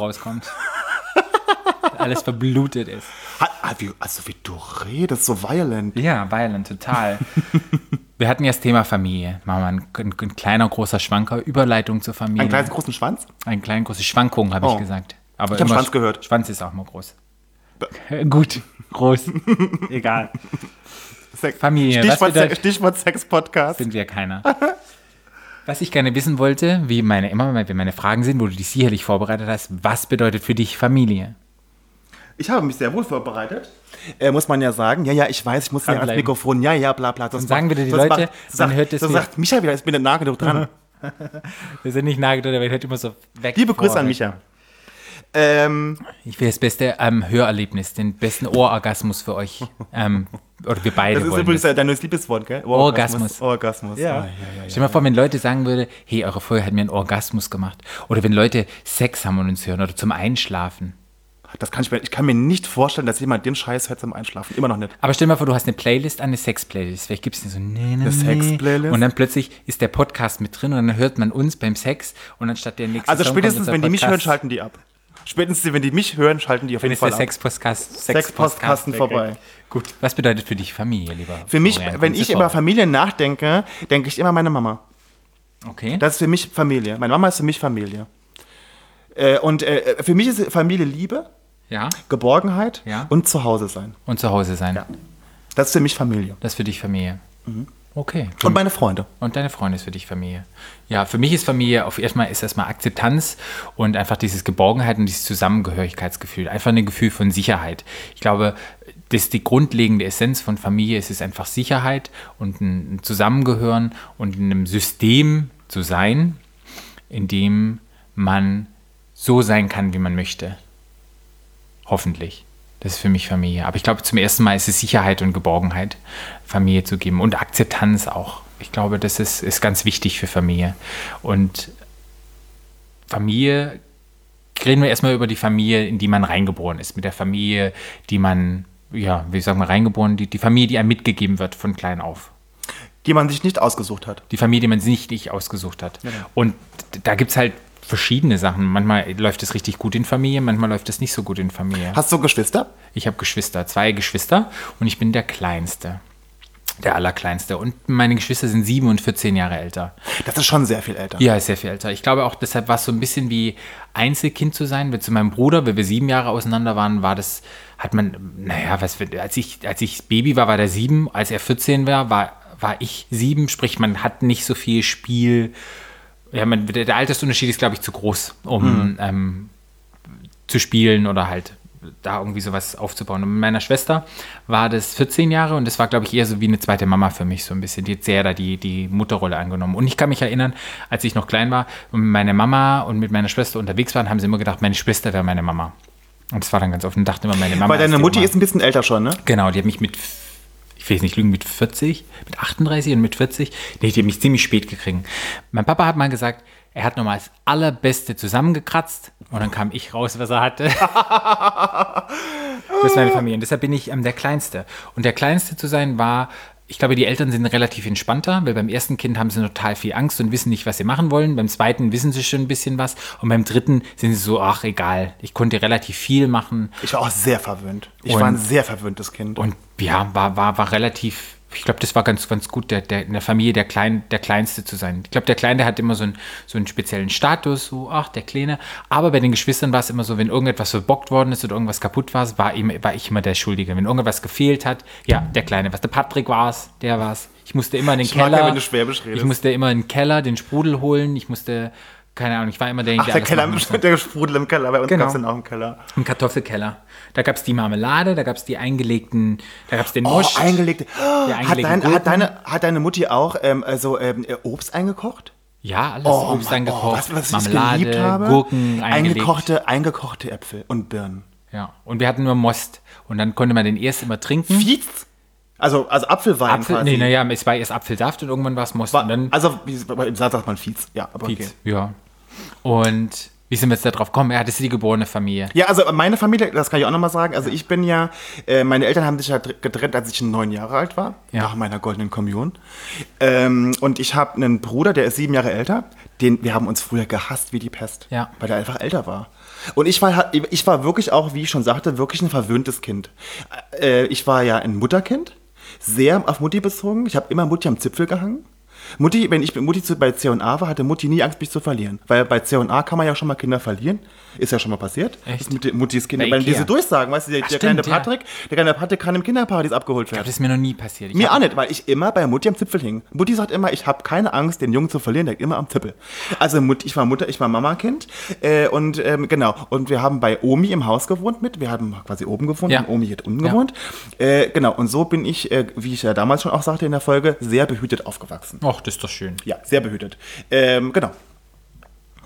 Speaker 2: Alles verblutet ist.
Speaker 1: Ha- ah, wie- Also, wie du redest, so violent.
Speaker 2: Ja, Violent, total. Wir hatten ja das Thema Familie. Machen wir ein, ein, ein kleiner, großer Schwanker. Überleitung zur Familie.
Speaker 1: Einen kleinen großen Schwanz?
Speaker 2: Ein klein, große Schwankung, habe ich
Speaker 1: Oh.
Speaker 2: gesagt. Aber
Speaker 1: Ich hab
Speaker 2: immer
Speaker 1: Schwanz
Speaker 2: Sch-
Speaker 1: gehört.
Speaker 2: Schwanz ist auch mal groß. Gut, groß. Egal.
Speaker 1: Sex.
Speaker 2: Familie, was
Speaker 1: Stichwort,
Speaker 2: bedeutet-
Speaker 1: Se- Stichwort Sex-Podcast.
Speaker 2: Sind wir keiner. Was ich gerne wissen wollte, wie meine, immer wenn meine Fragen sind, wo du dich sicherlich vorbereitet hast, was bedeutet für dich Familie?
Speaker 1: Ich habe mich sehr wohl vorbereitet. Äh, muss man ja sagen, ja, ja, ich weiß, ich muss ja ans
Speaker 2: Dranbleiben.
Speaker 1: Mikrofon, ja, ja, bla, bla. Sonst
Speaker 2: sagen
Speaker 1: macht-
Speaker 2: wieder die
Speaker 1: sonst
Speaker 2: Leute,
Speaker 1: sonst
Speaker 2: man
Speaker 1: sagt,
Speaker 2: hört es
Speaker 1: sonst
Speaker 2: nicht.
Speaker 1: sagt Micha wieder, ich bin der Nagel doch dran.
Speaker 2: Wir sind nicht nahe dran, aber ich hört immer so weg.
Speaker 1: Liebe Grüße an
Speaker 2: vorweg.
Speaker 1: Micha. Ähm,
Speaker 2: Ich will das beste ähm, Hörerlebnis, den besten Ohrorgasmus für euch. Ähm, oder wir beide
Speaker 1: das ist
Speaker 2: wollen
Speaker 1: übrigens
Speaker 2: das.
Speaker 1: dein neues Liebeswort, gell?
Speaker 2: Orgasmus.
Speaker 1: Orgasmus. Ah,
Speaker 2: Stell dir mal vor, wenn Leute sagen würde, hey, eure Folge hat mir einen Orgasmus gemacht. Oder wenn Leute Sex haben und uns hören oder zum Einschlafen.
Speaker 1: Das kann ich, mir, ich kann mir nicht vorstellen, dass jemand den Scheiß hört zum Einschlafen. Immer noch nicht.
Speaker 2: Aber stell dir mal vor, du hast eine Playlist, eine Sex-Playlist. Vielleicht gibt es so, nee, nee, nee.
Speaker 1: Sex-Playlist?
Speaker 2: Und dann plötzlich ist der Podcast mit drin und dann hört man uns beim Sex und anstatt der nächste
Speaker 1: Also
Speaker 2: Song kommt
Speaker 1: spätestens,
Speaker 2: unser
Speaker 1: wenn die mich
Speaker 2: Podcast.
Speaker 1: hören, schalten die ab. Spätestens, wenn die mich hören, schalten die auf
Speaker 2: Dann
Speaker 1: jeden
Speaker 2: ist der
Speaker 1: Fall ab.
Speaker 2: Sex-Podcast
Speaker 1: Sex-Podcast
Speaker 2: Sex-Podcast
Speaker 1: vorbei.
Speaker 2: weg. Gut. Was bedeutet für dich Familie, lieber?
Speaker 1: Für mich,
Speaker 2: Florian?
Speaker 1: wenn
Speaker 2: Kannst
Speaker 1: ich
Speaker 2: du
Speaker 1: über
Speaker 2: vor-
Speaker 1: Familie nachdenke, denke ich immer an meine Mama.
Speaker 2: Okay.
Speaker 1: Das ist für mich Familie. Meine Mama ist für mich Familie. Äh, und äh, für mich ist Familie Liebe,
Speaker 2: ja.
Speaker 1: Geborgenheit
Speaker 2: Ja.
Speaker 1: und Zuhause sein.
Speaker 2: Und zu Hause sein.
Speaker 1: Ja. Mhm. Das ist für mich Familie.
Speaker 2: Das ist für dich Familie. Okay.
Speaker 1: Und meine Freunde.
Speaker 2: Und deine Freundin ist für dich Familie. Ja, für mich ist Familie auf erstmal ist erstmal Akzeptanz und einfach dieses Geborgenheit und dieses Zusammengehörigkeitsgefühl. Einfach ein Gefühl von Sicherheit. Ich glaube, das ist die grundlegende Essenz von Familie. Es ist einfach Sicherheit und ein Zusammengehören und in einem System zu sein, in dem man so sein kann, wie man möchte. Hoffentlich. Das ist für mich Familie. Aber ich glaube, zum ersten Mal ist es Sicherheit und Geborgenheit, Familie zu geben und Akzeptanz auch. Ich glaube, das ist, ist ganz wichtig für Familie. Und Familie, reden wir erstmal über die Familie, in die man reingeboren ist. Mit der Familie, die man, ja, wie sagen wir, reingeboren, die, die Familie, die einem mitgegeben wird von klein auf.
Speaker 1: Die man sich nicht ausgesucht hat.
Speaker 2: Die Familie, die man sich nicht ausgesucht hat. Und da gibt es halt verschiedene Sachen. Manchmal läuft es richtig gut in Familie, manchmal läuft es nicht so gut in Familie.
Speaker 1: Hast du Geschwister?
Speaker 2: Ich habe Geschwister, zwei Geschwister und ich bin der Kleinste. Der Allerkleinste. Und meine Geschwister sind sieben und 14 Jahre älter.
Speaker 1: Das ist schon sehr viel älter.
Speaker 2: Ja, ist sehr viel älter. Ich glaube auch, deshalb war es so ein bisschen wie Einzelkind zu sein. Weil zu meinem Bruder, weil wir sieben Jahre auseinander waren, war das, hat man, naja, was, wird- als ich, als ich Baby war, war der sieben. Als er 14 war, war, war ich sieben. Sprich, man hat nicht so viel Spiel. Ja, man, der der Altersunterschied ist, glaube ich, zu groß, um ähm, zu spielen oder halt da irgendwie sowas aufzubauen. Und mit meiner Schwester war das 14 Jahre und das war, glaube ich, eher so wie eine zweite Mama für mich, so ein bisschen. Die hat sehr da die, die Mutterrolle angenommen. Und ich kann mich erinnern, als ich noch klein war und meine Mama und mit meiner Schwester unterwegs waren, haben sie immer gedacht, meine Schwester wäre meine Mama. Und das war dann ganz offen. Dachten immer, meine Mama.
Speaker 1: Weil deine
Speaker 2: die
Speaker 1: Mutti
Speaker 2: Oma.
Speaker 1: ist ein bisschen älter schon, ne?
Speaker 2: Genau, die hat mich mit, ich will jetzt nicht lügen, mit 40, mit 38 und mit 40, nee, die hat mich ziemlich spät gekriegt. Mein Papa hat mal gesagt, er hat nochmal das Allerbeste zusammengekratzt und dann kam ich raus, was er hatte. das ist meine Familie. Und deshalb bin ich ähm, der Kleinste. Und der Kleinste zu sein war ich glaube, die Eltern sind relativ entspannter, weil beim ersten Kind haben sie total viel Angst und wissen nicht, was sie machen wollen. Beim zweiten wissen sie schon ein bisschen was. Und beim dritten sind sie so, ach egal, ich konnte relativ viel machen.
Speaker 1: Ich war auch sehr verwöhnt. Ich
Speaker 2: Und-
Speaker 1: war ein sehr verwöhntes Kind.
Speaker 2: Und ja, war, war, war relativ, ich glaube, das war ganz, ganz gut, der, der, in der Familie der, Klein, der Kleinste zu sein. Ich glaube, der Kleine hat immer so einen, so einen speziellen Status, so, ach, der Kleine. Aber bei den Geschwistern war es immer so, wenn irgendetwas verbockt worden ist oder irgendwas kaputt war, war, ihm, war ich immer der Schuldige. Wenn irgendwas gefehlt hat, ja, der Kleine was Der Patrick war es, der war es. Ich musste immer in den
Speaker 1: Ich mag ja,
Speaker 2: Keller.
Speaker 1: wenn du Schwäbisch redest.
Speaker 2: ich musste immer in den Keller den Sprudel holen. Ich musste, keine Ahnung, ich war immer derjenige,
Speaker 1: Ach, der
Speaker 2: alles
Speaker 1: Keller,
Speaker 2: machen musste.
Speaker 1: der Sprudel im Keller. Bei uns
Speaker 2: Genau.
Speaker 1: gab es den auch im Keller.
Speaker 2: Im Kartoffelkeller. Da gab es die Marmelade, da gab es die eingelegten, da gab es den
Speaker 1: Oh,
Speaker 2: Most.
Speaker 1: eingelegte. Hat,
Speaker 2: eingelegten
Speaker 1: dein,
Speaker 2: Gurken.
Speaker 1: hat, deine, hat deine Mutti auch ähm, also, ähm, Obst eingekocht?
Speaker 2: Ja, alles
Speaker 1: Oh,
Speaker 2: Obst
Speaker 1: Mann,
Speaker 2: eingekocht,
Speaker 1: oh, was, was ich
Speaker 2: Marmelade,
Speaker 1: geliebt habe.
Speaker 2: Gurken eingelegt.
Speaker 1: eingekochte, eingekochte Äpfel und Birnen.
Speaker 2: Ja, und wir hatten nur Most. Und dann konnte man den erst immer trinken.
Speaker 1: Fietz? Also, also Apfelwein
Speaker 2: Mhm. Apfel,
Speaker 1: quasi.
Speaker 2: nee, naja, es war erst Apfelsaft und irgendwann war es Most.
Speaker 1: War-
Speaker 2: und dann
Speaker 1: also, wie- im Satz sagt man Fietz. Ja, aber
Speaker 2: Pietz.
Speaker 1: okay.
Speaker 2: Ja. Und wie sind wir jetzt da drauf gekommen? Ja, das ist die geborene Familie.
Speaker 1: Ja, also meine Familie, das kann ich auch nochmal sagen. Also ich bin ja, äh, meine Eltern haben sich ja dr- getrennt, als ich neun Jahre alt war,
Speaker 2: Ja.
Speaker 1: nach meiner goldenen Kommunion. Ähm, und ich habe einen Bruder, der ist sieben Jahre älter. Den, wir haben uns früher gehasst wie die Pest,
Speaker 2: Ja.
Speaker 1: weil er einfach älter war. Und ich war, ich war wirklich auch, wie ich schon sagte, wirklich ein verwöhntes Kind. Äh, ich war ja ein Mutterkind, sehr auf Mutti bezogen. Ich habe immer Mutti am Zipfel gehangen. Mutti, wenn ich mit Mutti zu, bei C&A war, hatte Mutti nie Angst, mich zu verlieren. Weil bei C&A kann man ja schon mal Kinder verlieren. Ist ja schon mal passiert.
Speaker 2: Echt?
Speaker 1: Das Mit Muttis Kinder.
Speaker 2: Bei
Speaker 1: Weil
Speaker 2: Ikea.
Speaker 1: diese Durchsagen, weißt du, der, der kleine
Speaker 2: stimmt, ja.
Speaker 1: Patrick, der kleine Patrick kann im Kinderparadies abgeholt werden.
Speaker 2: Das ist mir noch nie passiert. Ich
Speaker 1: Mir
Speaker 2: hab-
Speaker 1: auch nicht, weil ich immer bei Mutti am Zipfel hing. Mutti sagt immer, ich habe keine Angst, den Jungen zu verlieren, der hängt immer am Zipfel. Also Mut, ich war Mutter, ich war Mama-Kind. Äh, und ähm, genau, und wir haben bei Omi im Haus gewohnt mit. Wir haben quasi oben gewohnt
Speaker 2: Ja.
Speaker 1: und Omi hat unten
Speaker 2: Ja.
Speaker 1: gewohnt. Äh, genau, und so bin ich, äh, wie ich ja damals schon auch sagte in der Folge, sehr behütet aufgewachsen.
Speaker 2: Och, das ist doch schön.
Speaker 1: Ja, sehr behütet. Ähm, genau.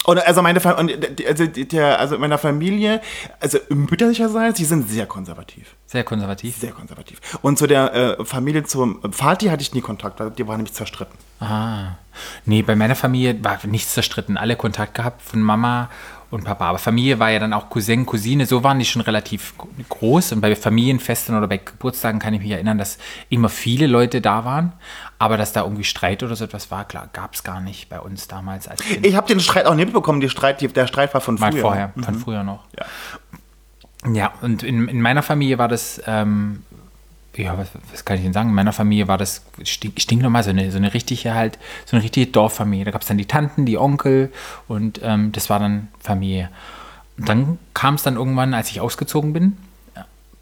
Speaker 1: Und also meine Fa und die- also, die- der, also meiner Familie, also mütterlicherseits, die sind sehr konservativ.
Speaker 2: Sehr konservativ.
Speaker 1: Sehr konservativ. Und zu der äh, Familie zum Vati hatte ich nie Kontakt, weil die waren nämlich zerstritten.
Speaker 2: Ah. Nee, bei meiner Familie war nichts zerstritten. Alle Kontakt gehabt von Mama und Papa. Aber Familie war ja dann auch Cousin, Cousine. So waren die schon relativ g- groß. Und bei Familienfesten oder bei Geburtstagen kann ich mich erinnern, dass immer viele Leute da waren. Aber dass da irgendwie Streit oder so etwas war, klar, gab es gar nicht bei uns damals. Als Kind.
Speaker 1: Ich habe den Streit auch nicht mitbekommen, die Streit, die, der Streit war von
Speaker 2: Mal
Speaker 1: früher. Mhm.
Speaker 2: vorher, von früher noch.
Speaker 1: Ja.
Speaker 2: Ja, und in, in meiner Familie war das, ähm, ja, was, was kann ich denn sagen? In meiner Familie war das stink, stinknormal, so eine, so eine richtige halt, so eine richtige Dorffamilie. Da gab es dann die Tanten, die Onkel und ähm, das war dann Familie. Und dann kam es dann irgendwann, als ich ausgezogen bin,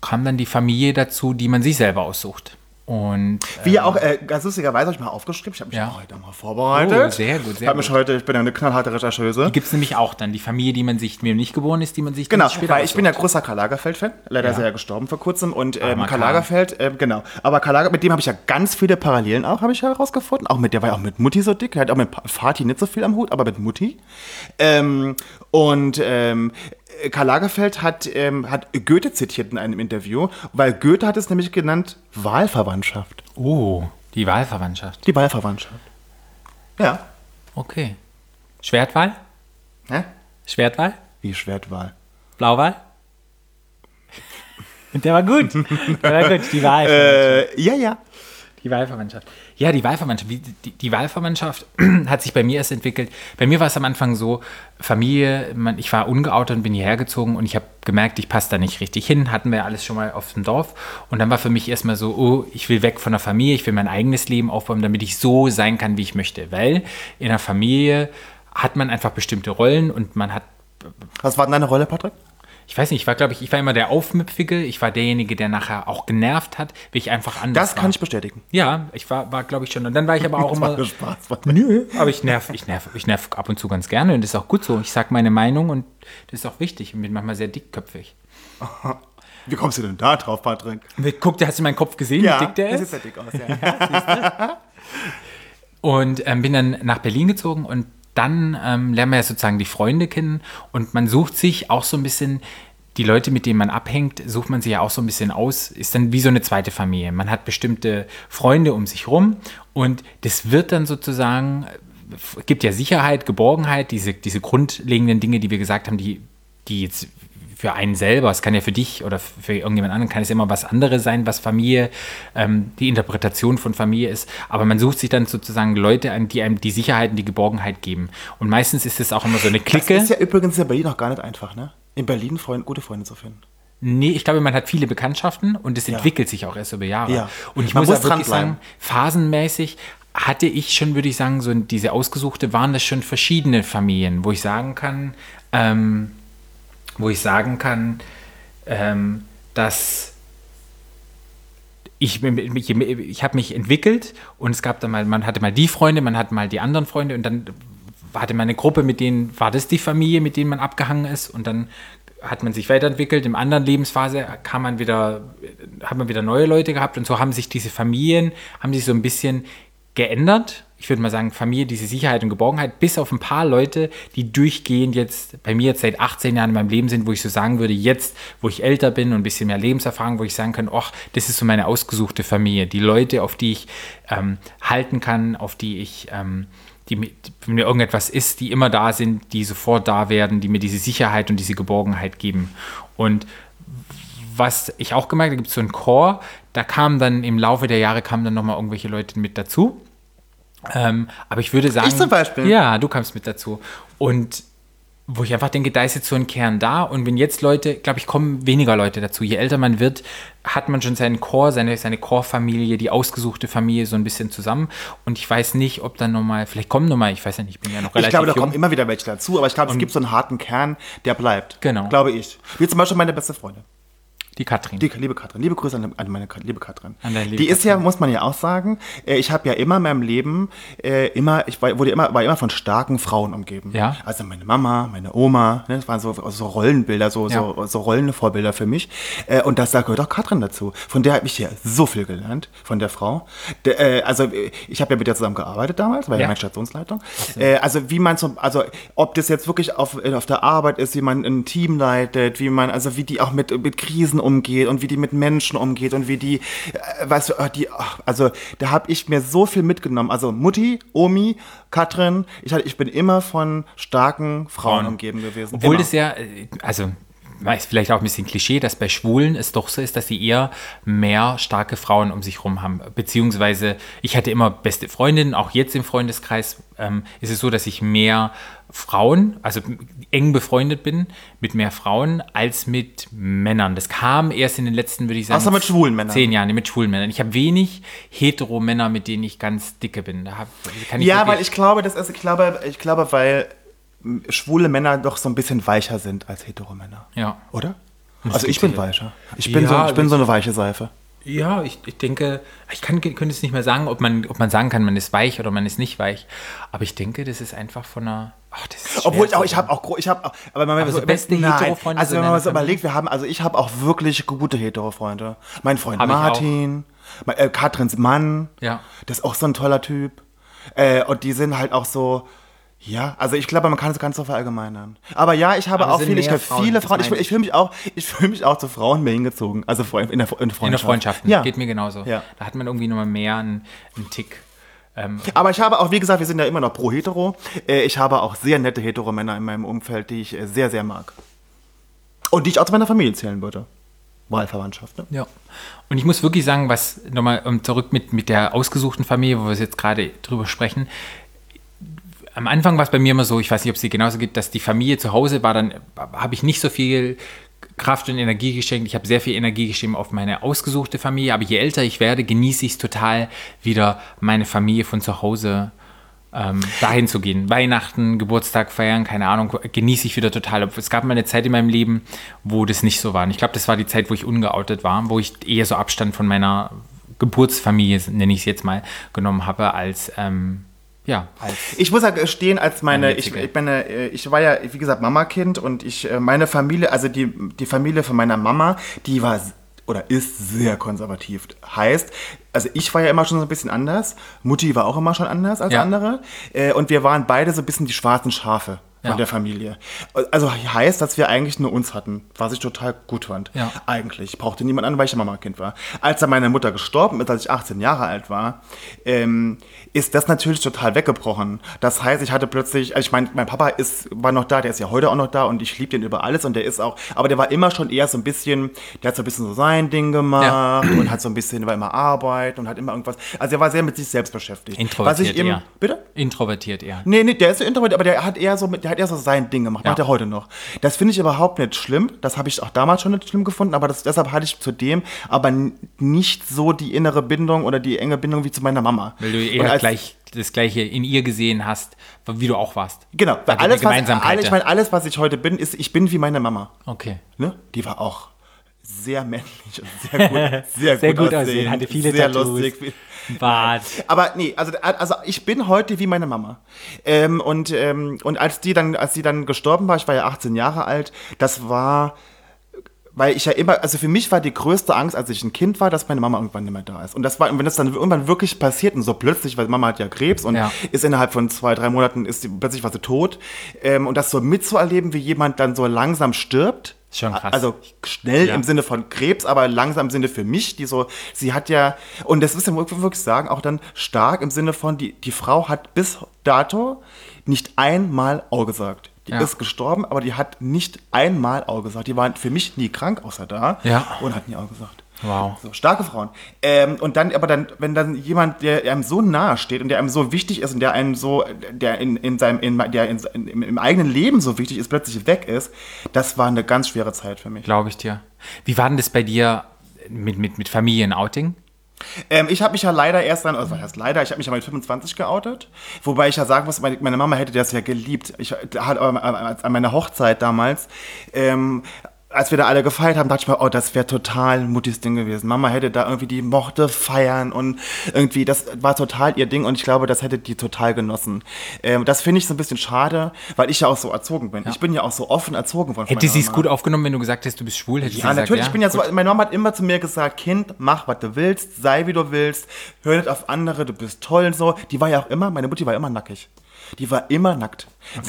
Speaker 2: kam dann die Familie dazu, die man sich selber aussucht. Und
Speaker 1: Wie auch, äh, ganz lustigerweise habe ich mal aufgeschrieben, ich habe mich
Speaker 2: Ja.
Speaker 1: auch heute mal vorbereitet.
Speaker 2: Oh, sehr gut, sehr
Speaker 1: ich hab mich
Speaker 2: gut.
Speaker 1: heute, ich bin ja eine knallharte Rechercheuse.
Speaker 2: gibt es nämlich auch dann die Familie, die man sich, die man nicht geboren ist, die man sich dann
Speaker 1: Genau,
Speaker 2: später
Speaker 1: weil ich bin
Speaker 2: aussucht.
Speaker 1: ja großer Karl Lagerfeld-Fan. Leider ist er ja gestorben vor kurzem. Und ähm,
Speaker 2: man
Speaker 1: Karl
Speaker 2: kann.
Speaker 1: Lagerfeld, ähm, genau. Aber Karl Lagerfeld, mit dem habe ich ja ganz viele Parallelen auch, habe ich herausgefunden. Auch mit, der war ja auch mit Mutti so dick. Er hat auch mit Pa- Vati nicht so viel am Hut, aber mit Mutti. Ähm, und ähm, Karl Lagerfeld hat, ähm, hat Goethe zitiert in einem Interview, weil Goethe hat es nämlich genannt Wahlverwandtschaft.
Speaker 2: Oh, die Wahlverwandtschaft.
Speaker 1: Die Wahlverwandtschaft. Ja.
Speaker 2: Okay. Schwertwahl?
Speaker 1: Hä?
Speaker 2: Schwertwahl?
Speaker 1: Wie Schwertwahl.
Speaker 2: Blauwahl? Der war gut. Der war gut. Die Wahl.
Speaker 1: Äh, ja, ja.
Speaker 2: Die Wahlverwandtschaft. Ja, die Wahlverwandtschaft. Wie- Die, die Wahlverwandtschaft hat sich bei mir erst entwickelt. Bei mir war es am Anfang so, Familie, man, ich war ungeoutet und bin hierher gezogen und ich habe gemerkt, ich passe da nicht richtig hin. Hatten wir ja alles schon mal auf dem Dorf. Und dann war für mich erstmal so, oh, ich will weg von der Familie, ich will mein eigenes Leben aufbauen, damit ich so sein kann, wie ich möchte. Weil in der Familie hat man einfach bestimmte Rollen und man hat
Speaker 1: Was war denn deine Rolle, Patrick?
Speaker 2: ich weiß nicht, ich war, glaube ich, ich war immer der Aufmüpfige, ich war derjenige, der nachher auch genervt hat, wie ich einfach anders
Speaker 1: Das
Speaker 2: war.
Speaker 1: kann ich bestätigen.
Speaker 2: Ja, ich war, war glaube ich schon. Und dann war ich aber auch
Speaker 1: Das war
Speaker 2: immer.
Speaker 1: nur Spaß, Patrick.
Speaker 2: Nö, aber ich nerv, ich nerv, ich nerv ab und zu ganz gerne und das ist auch gut so. Ich sage meine Meinung und das ist auch wichtig und bin manchmal sehr dickköpfig.
Speaker 1: Wie kommst du denn da drauf, Patrick?
Speaker 2: Guck, da hast du meinen Kopf gesehen, wie dick der
Speaker 1: das
Speaker 2: ist.
Speaker 1: sieht ja dick aus, ja.
Speaker 2: Und ähm, bin dann nach Berlin gezogen und dann ähm, lernen wir ja sozusagen die Freunde kennen und man sucht sich auch so ein bisschen die Leute, mit denen man abhängt, sucht man sich ja auch so ein bisschen aus, ist dann wie so eine zweite Familie. Man hat bestimmte Freunde um sich rum und das wird dann sozusagen, äh, f- gibt ja Sicherheit, Geborgenheit, diese, diese grundlegenden Dinge, die wir gesagt haben, die, die jetzt für einen selber, es kann ja für dich oder für irgendjemand anderen, kann es immer was anderes sein, was Familie, ähm, die Interpretation von Familie ist. Aber man sucht sich dann sozusagen Leute an, die einem die Sicherheit und die Geborgenheit geben. Und meistens ist es auch immer so eine Clique.
Speaker 1: Das ist ja übrigens in Berlin auch gar nicht einfach, ne? In Berlin Freund, gute Freunde zu finden.
Speaker 2: Nee, ich glaube, man hat viele Bekanntschaften und es entwickelt sich auch erst über Jahre.
Speaker 1: Ja.
Speaker 2: Und ich
Speaker 1: Man
Speaker 2: muss,
Speaker 1: muss
Speaker 2: auch wirklich
Speaker 1: dranbleiben.
Speaker 2: sagen, phasenmäßig hatte ich schon, würde ich sagen, so diese ausgesuchte, waren das schon verschiedene Familien, wo ich sagen kann, ähm, wo ich sagen kann, ähm, dass ich, bin- ich, ich habe mich entwickelt und es gab dann mal, man hatte mal die Freunde, man hatte mal die anderen Freunde und dann hatte man eine Gruppe, mit denen war das die Familie, mit denen man abgehangen ist und dann hat man sich weiterentwickelt. Im anderen Lebensphase kam man wieder, hat man wieder neue Leute gehabt und so haben sich diese Familien, haben sich so ein bisschen geändert. Ich würde mal sagen, Familie, diese Sicherheit und Geborgenheit, bis auf ein paar Leute, die durchgehend jetzt bei mir jetzt seit 18 Jahren in meinem Leben sind, wo ich so sagen würde, jetzt, wo ich älter bin und ein bisschen mehr Lebenserfahrung, wo ich sagen kann, ach, das ist so meine ausgesuchte Familie. Die Leute, auf die ich ähm, halten kann, auf die ich, ähm, die, mi- die, wenn mir irgendetwas ist, die immer da sind, die sofort da werden, die mir diese Sicherheit und diese Geborgenheit geben. Und was ich auch gemerkt habe, gibt es so einen Chor, da kamen dann im Laufe der Jahre kamen dann nochmal irgendwelche Leute mit dazu. Ähm, aber ich würde sagen.
Speaker 1: Ich zum Beispiel.
Speaker 2: Ja, du kamst mit dazu. Und wo ich einfach denke, da ist jetzt so ein Kern da. Und wenn jetzt Leute, glaube ich, kommen weniger Leute dazu. Je älter man wird, hat man schon seinen Chor, seine, seine Chorfamilie, die ausgesuchte Familie so ein bisschen zusammen. Und ich weiß nicht, ob dann nochmal, vielleicht kommen nochmal, ich weiß ja nicht, ich bin ja noch relativ
Speaker 1: Ich glaube, da
Speaker 2: jung.
Speaker 1: kommen immer wieder welche dazu, aber ich glaube, es gibt so einen harten Kern, der bleibt.
Speaker 2: Genau.
Speaker 1: Glaube ich. Wie zum Beispiel meine beste Freundin.
Speaker 2: die Katrin.
Speaker 1: Die liebe Katrin, liebe Grüße an, an meine Ka- liebe Katrin.
Speaker 2: An deine liebe
Speaker 1: die ist ja, muss man ja auch sagen, äh, ich habe ja immer in meinem Leben äh, immer, ich war, wurde immer, war immer von starken Frauen umgeben.
Speaker 2: Ja.
Speaker 1: Also meine Mama, meine Oma, ne, das waren so, so Rollenbilder, so, so,
Speaker 2: Ja.
Speaker 1: so rollende Vorbilder für mich. Äh, und das, da gehört auch Katrin dazu. Von der habe ich ja so viel gelernt, von der Frau. Der, äh, also äh, ich habe ja mit der zusammen gearbeitet damals, war ja,
Speaker 2: Ja.
Speaker 1: meine Stationsleitung. Äh, also wie man zum, also ob das jetzt wirklich auf, äh, auf der Arbeit ist, wie man ein Team leitet, wie man, also wie die auch mit, mit Krisen umgeht und wie die mit Menschen umgeht und wie die, äh, weißt du, äh, die, ach, also da habe ich mir so viel mitgenommen. Also Mutti, Omi, Katrin, ich, hatte- ich bin immer von starken Frauen
Speaker 2: Frauen.
Speaker 1: umgeben gewesen.
Speaker 2: Obwohl
Speaker 1: immer.
Speaker 2: das ja, äh, also ist vielleicht auch ein bisschen Klischee, dass bei Schwulen es doch so ist, dass sie eher mehr starke Frauen um sich rum haben. Beziehungsweise ich hatte immer beste Freundinnen, auch jetzt im Freundeskreis ähm, ist es so, dass ich mehr Frauen, also eng befreundet bin mit mehr Frauen als mit Männern. Das kam erst in den letzten, würde ich sagen,
Speaker 1: Außer mit schwulen Männern.
Speaker 2: zehn Jahren, nee, mit schwulen Männern. Ich habe wenig hetero Männer, mit denen ich ganz dicke bin. Da hab, kann ich
Speaker 1: Ja,
Speaker 2: wirklich-
Speaker 1: weil ich glaube, das ist, ich glaube, ich glaube, weil m, schwule Männer doch so ein bisschen weicher sind als hetero Männer.
Speaker 2: ja.
Speaker 1: Oder?
Speaker 2: Das
Speaker 1: Also ich
Speaker 2: gibt's
Speaker 1: bin
Speaker 2: ja.
Speaker 1: weicher. Ich bin, so,
Speaker 2: Ja,
Speaker 1: ich bin so eine weiche Seife.
Speaker 2: Ja, ich, ich denke, ich kann, könnte es nicht mehr sagen, ob man, ob man sagen kann, man ist weich oder man ist nicht weich. Aber ich denke, das ist einfach von einer. Ach, das ist schwer
Speaker 1: Obwohl ich
Speaker 2: zu
Speaker 1: auch, ich
Speaker 2: sagen.
Speaker 1: habe auch, gro- ich habe, aber wenn man
Speaker 2: so
Speaker 1: so,
Speaker 2: beste
Speaker 1: nein,
Speaker 2: Hetero-Freunde
Speaker 1: also
Speaker 2: so
Speaker 1: wenn
Speaker 2: in
Speaker 1: man so
Speaker 2: deiner Familie?
Speaker 1: überlegt, wir haben, also ich habe auch wirklich gute hetero Freunde. Mein Freund
Speaker 2: Hab ich auch.
Speaker 1: Martin, mein, äh, Katrins Mann,
Speaker 2: Ja.
Speaker 1: das ist auch so ein toller Typ. Äh, und die sind halt auch so, ja, also ich glaube, man kann es ganz so verallgemeinern. Aber ja, ich habe
Speaker 2: Aber es
Speaker 1: auch
Speaker 2: sind
Speaker 1: viele, ich
Speaker 2: mehr
Speaker 1: habe viele
Speaker 2: Frauen,
Speaker 1: Frauen.
Speaker 2: das
Speaker 1: Ich,
Speaker 2: meine
Speaker 1: ich fühle mich auch, ich fühle mich auch zu Frauen mehr hingezogen, also vor- in der, in der Freundschaft.
Speaker 2: in der Freundschaft.
Speaker 1: Ja.
Speaker 2: Geht mir genauso.
Speaker 1: Ja.
Speaker 2: Da hat man irgendwie nochmal mehr einen, einen Tick.
Speaker 1: Aber ich habe auch, wie gesagt, wir sind ja immer noch pro hetero. Äh, Ich habe auch sehr nette hetero Männer in meinem Umfeld, die ich äh, sehr, sehr mag. Und die ich auch zu meiner Familie zählen würde. Wahlverwandtschaft, ne?
Speaker 2: Ja. Und ich muss wirklich sagen, was nochmal ähm, zurück mit, mit der ausgesuchten Familie, wo wir jetzt gerade drüber sprechen. Am Anfang war es bei mir immer so, ich weiß nicht, ob es dir genauso geht, dass die Familie zu Hause war, dann äh, habe ich nicht so viel Kraft und Energie geschenkt. Ich habe sehr viel Energie geschenkt auf meine ausgesuchte Familie. Aber je älter ich werde, genieße ich es total, wieder meine Familie von zu Hause ähm, dahin zu gehen. Weihnachten, Geburtstag feiern, keine Ahnung, genieße ich wieder total. Es gab mal eine Zeit in meinem Leben, wo das nicht so war. Und ich glaube, das war die Zeit, wo ich ungeoutet war, wo ich eher so Abstand von meiner Geburtsfamilie, nenne ich es jetzt mal, genommen habe, als, ähm, ja,
Speaker 1: Ich muss ja gestehen, als meine,
Speaker 2: Meine
Speaker 1: ich,
Speaker 2: jetzige.
Speaker 1: ich meine, äh, ich war ja, wie gesagt, Mamakind und ich, äh, meine Familie, also die, die Familie von meiner Mama, die war s- oder ist sehr konservativ. Heißt, also ich war ja immer schon so ein bisschen anders. Mutti war auch immer schon anders als
Speaker 2: Ja.
Speaker 1: andere. Äh, Und wir waren beide so ein bisschen die schwarzen Schafe. von
Speaker 2: Ja.
Speaker 1: der Familie. Also heißt, dass wir eigentlich nur uns hatten, was ich total gut fand.
Speaker 2: Ja.
Speaker 1: Eigentlich. Ich brauchte niemand an, weil ich ja Mama-Kind war. Als dann meine Mutter gestorben ist, als ich 18 Jahre alt war, ähm, ist das natürlich total weggebrochen. Das heißt, ich hatte plötzlich, also ich meine, mein Papa ist, war noch da, der ist ja heute auch noch da und ich liebe den über alles und der ist auch, aber der war immer schon eher so ein bisschen, der hat so ein bisschen so sein Ding gemacht
Speaker 2: Ja.
Speaker 1: und hat so ein bisschen, war immer arbeiten und hat immer irgendwas, also er war sehr mit sich selbst beschäftigt.
Speaker 2: Introvertiert
Speaker 1: Was ich eben,
Speaker 2: eher.
Speaker 1: Bitte?
Speaker 2: Introvertiert eher.
Speaker 1: Nee, nee, der ist introvertiert, aber der hat eher so, mit- der hat eher so sein Ding gemacht,
Speaker 2: Ja.
Speaker 1: macht er heute noch. Das finde ich überhaupt nicht schlimm. Das habe ich auch damals schon nicht schlimm gefunden, aber das, deshalb hatte ich zu dem aber n- nicht so die innere Bindung oder die enge Bindung wie zu meiner Mama.
Speaker 2: Weil du
Speaker 1: Und
Speaker 2: eher
Speaker 1: als-
Speaker 2: gleich das Gleiche in ihr gesehen hast, wie du auch warst.
Speaker 1: Genau, weil
Speaker 2: Weil
Speaker 1: alles, was,
Speaker 2: Gemeinsamkeit.
Speaker 1: alles, ich meine, alles, was ich heute bin, ist, ich bin wie meine Mama.
Speaker 2: okay.
Speaker 1: Ne? Die war auch sehr männlich und sehr gut, sehr
Speaker 2: Sehr
Speaker 1: gut,
Speaker 2: gut aussehen, hatte viele
Speaker 1: sehr
Speaker 2: Tattoos.
Speaker 1: lustig.
Speaker 2: Bart.
Speaker 1: Aber nee, also, also ich bin heute wie meine Mama. Ähm, und, ähm, und als die dann, als die dann gestorben war, ich war ja 18 Jahre alt, das war, weil ich ja immer, also für mich war die größte Angst, als ich ein Kind war, dass meine Mama irgendwann nicht mehr da ist. Und das war, und wenn das dann irgendwann wirklich passiert und so plötzlich, weil Mama hat ja Krebs und
Speaker 2: Ja.
Speaker 1: ist innerhalb von zwei, drei Monaten ist sie, plötzlich war sie tot. Ähm, und das so mitzuerleben, wie jemand dann so langsam stirbt.
Speaker 2: Ist schon krass.
Speaker 1: Also schnell
Speaker 2: Ja.
Speaker 1: im Sinne von Krebs, aber langsam im Sinne für mich, die so, sie hat ja, und das ist ja wirklich wirklich sagen, auch dann stark im Sinne von, die, die Frau hat bis dato nicht einmal Au gesagt. Die
Speaker 2: Ja.
Speaker 1: ist gestorben, aber die hat nicht einmal Au gesagt. Die waren für mich nie krank, außer da,
Speaker 2: Ja.
Speaker 1: und hat nie Au gesagt.
Speaker 2: Wow.
Speaker 1: So, starke Frauen. Ähm, und dann, aber dann, wenn dann jemand, der einem so nahe steht und der einem so wichtig ist und der einem so, der in, in seinem, in, der in, in, im eigenen Leben so wichtig ist, plötzlich weg ist, das war eine ganz schwere Zeit für mich.
Speaker 2: Glaube ich dir. Wie war denn das bei dir mit, mit, mit Familienouting?
Speaker 1: Ähm, ich habe mich ja leider erst dann, also was heißt leider, ich habe mich ja mit 25 geoutet, wobei ich ja sagen muss, meine, meine Mama hätte das ja geliebt. Ich hatte äh, an meiner Hochzeit damals, ähm, als wir da alle gefeiert haben, dachte ich mir, oh, das wäre total Muttis Ding gewesen. Mama hätte da irgendwie, die mochte feiern und irgendwie, das war total ihr Ding und ich glaube, das hätte die total genossen. Ähm, das finde ich so ein bisschen schade, weil ich ja auch so erzogen bin. Ich bin ja auch so offen erzogen worden. von
Speaker 2: Hätte
Speaker 1: meiner
Speaker 2: sie es
Speaker 1: Mama.
Speaker 2: gut aufgenommen, wenn du gesagt hättest, du bist schwul? Hätte sie
Speaker 1: Ja,
Speaker 2: gesagt,
Speaker 1: natürlich. ich bin ja
Speaker 2: gut.
Speaker 1: so. Meine Mama hat immer zu mir gesagt: Kind, mach, was du willst, sei wie du willst, hör nicht auf andere, du bist toll und so. Die war ja auch immer, meine Mutti war immer nackig. Die war immer nackt.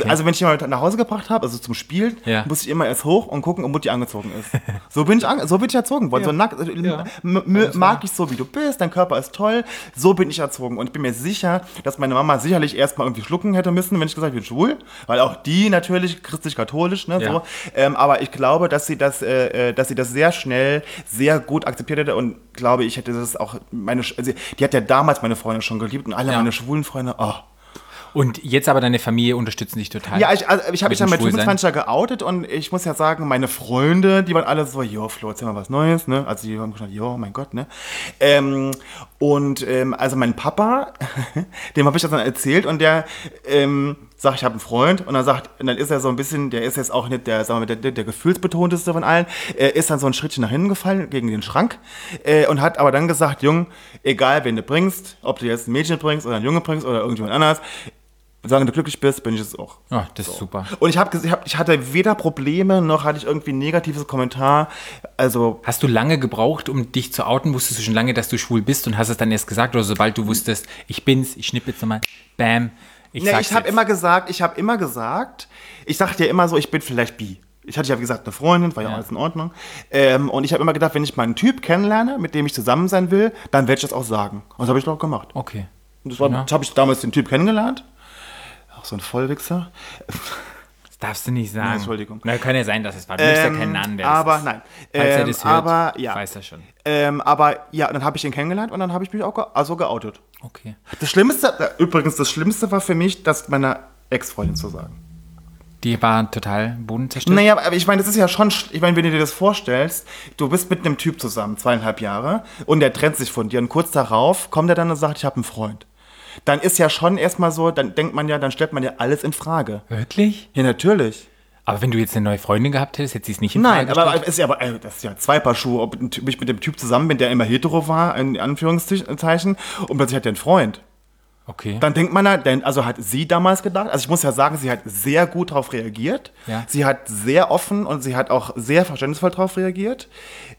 Speaker 1: Also, wenn ich jemanden nach Hause gebracht habe, also zum Spielen,
Speaker 2: Ja.
Speaker 1: muss ich immer erst hoch und gucken, ob Mutti angezogen ist. so, bin ich an, so bin ich erzogen worden. So nackt,
Speaker 2: Ja.
Speaker 1: M- m- mag ich so, wie du bist, dein Körper ist toll, so bin ich erzogen. Und ich bin mir sicher, dass meine Mama sicherlich erstmal irgendwie schlucken hätte müssen, wenn ich gesagt habe, ich bin schwul, weil auch die natürlich christlich-katholisch, ne,
Speaker 2: Ja.
Speaker 1: so. Ähm, aber ich glaube, dass sie das, äh, äh, dass sie das sehr schnell, sehr gut akzeptiert hätte und glaube, ich hätte das auch, meine, Sch- also die hat ja damals meine Freunde schon geliebt und alle
Speaker 2: Ja.
Speaker 1: meine schwulen Freunde, oh.
Speaker 2: Und jetzt aber deine Familie unterstützt dich total.
Speaker 1: Ja, ich, also ich habe mich
Speaker 2: dem
Speaker 1: dann mit
Speaker 2: Schwulsein.
Speaker 1: 25 geoutet und ich muss ja sagen, meine Freunde, die waren alle so, jo, Flo, erzähl mal was Neues, ne? Also die haben gesagt, jo, mein Gott, ne? Ähm, und ähm, also mein Papa, dem habe ich das dann erzählt und der ähm, sagt, ich habe einen Freund und dann sagt, und dann ist er so ein bisschen, der ist jetzt auch nicht der, sagen wir, mal, der, der gefühlsbetonteste von allen, äh, ist dann so ein Schrittchen nach hinten gefallen gegen den Schrank äh, und hat aber dann gesagt, Jung, egal wen du bringst, ob du jetzt ein Mädchen bringst oder einen Junge bringst oder irgendjemand anders, solange du glücklich bist, bin ich es auch.
Speaker 2: Ja, Ah, das ist super.
Speaker 1: Und ich, hab, ges- ich, hab, ich hatte weder Probleme noch hatte ich irgendwie ein negatives Kommentar. Also,
Speaker 2: Hast du lange gebraucht, um dich zu outen? Wusstest du schon lange, dass du schwul bist und hast es dann erst gesagt? Oder sobald du wusstest, ich bin's, ich schnippe jetzt nochmal, bam, ich
Speaker 1: ne,
Speaker 2: sag's
Speaker 1: ich habe
Speaker 2: jetzt.
Speaker 1: immer gesagt, ich habe immer gesagt, ich sagte ja immer so, ich bin vielleicht bi. Ich hatte ja, wie gesagt, eine Freundin, war ja,
Speaker 2: Ja.
Speaker 1: alles in Ordnung. Ähm, und ich habe immer gedacht, wenn ich mal einen Typ kennenlerne, mit dem ich zusammen sein will, dann werde ich das auch sagen. Und das habe ich doch gemacht.
Speaker 2: Okay.
Speaker 1: Und das war-
Speaker 2: Ja.
Speaker 1: habe ich damals den Typ kennengelernt. Auch so ein Vollwichser.
Speaker 2: Das darfst du nicht sagen.
Speaker 1: Entschuldigung.
Speaker 2: Na, kann ja sein, dass es war. Du musst ja
Speaker 1: Ähm,
Speaker 2: keinen Namen, wer
Speaker 1: aber
Speaker 2: das ist.
Speaker 1: nein.
Speaker 2: Falls er
Speaker 1: Ähm,
Speaker 2: das hört,
Speaker 1: aber ja.
Speaker 2: weiß er schon.
Speaker 1: Ähm, aber ja, und dann habe ich ihn kennengelernt und dann habe ich mich auch ge also geoutet.
Speaker 2: Okay.
Speaker 1: Das Schlimmste, äh, übrigens, das Schlimmste war für mich, das meiner Ex-Freundin zu sagen.
Speaker 2: Die war total bodenzerstört.
Speaker 1: Naja, aber ich meine, das ist ja schon, sch- ich meine, wenn du dir das vorstellst, du bist mit einem Typ zusammen, zweieinhalb Jahre, und der trennt sich von dir und kurz darauf kommt er dann und sagt, ich habe einen Freund. Dann ist ja schon erstmal so, dann denkt man ja, dann stellt man ja alles in Frage.
Speaker 2: Wirklich?
Speaker 1: Ja, natürlich.
Speaker 2: Aber wenn du jetzt eine neue Freundin gehabt hättest, hätte sie es nicht in
Speaker 1: Nein,
Speaker 2: Frage
Speaker 1: aber
Speaker 2: gestellt?
Speaker 1: es ist ja, aber, äh, das ist ja zwei Paar Schuhe, ob ein Typ- ich mit dem Typ zusammen bin, der immer hetero war, in Anführungszeichen, und plötzlich hat er einen Freund.
Speaker 2: Okay.
Speaker 1: Dann denkt man halt, denn, also hat sie damals gedacht, also ich muss ja sagen, sie hat sehr gut darauf reagiert.
Speaker 2: Ja.
Speaker 1: Sie hat sehr offen und sie hat auch sehr verständnisvoll darauf reagiert.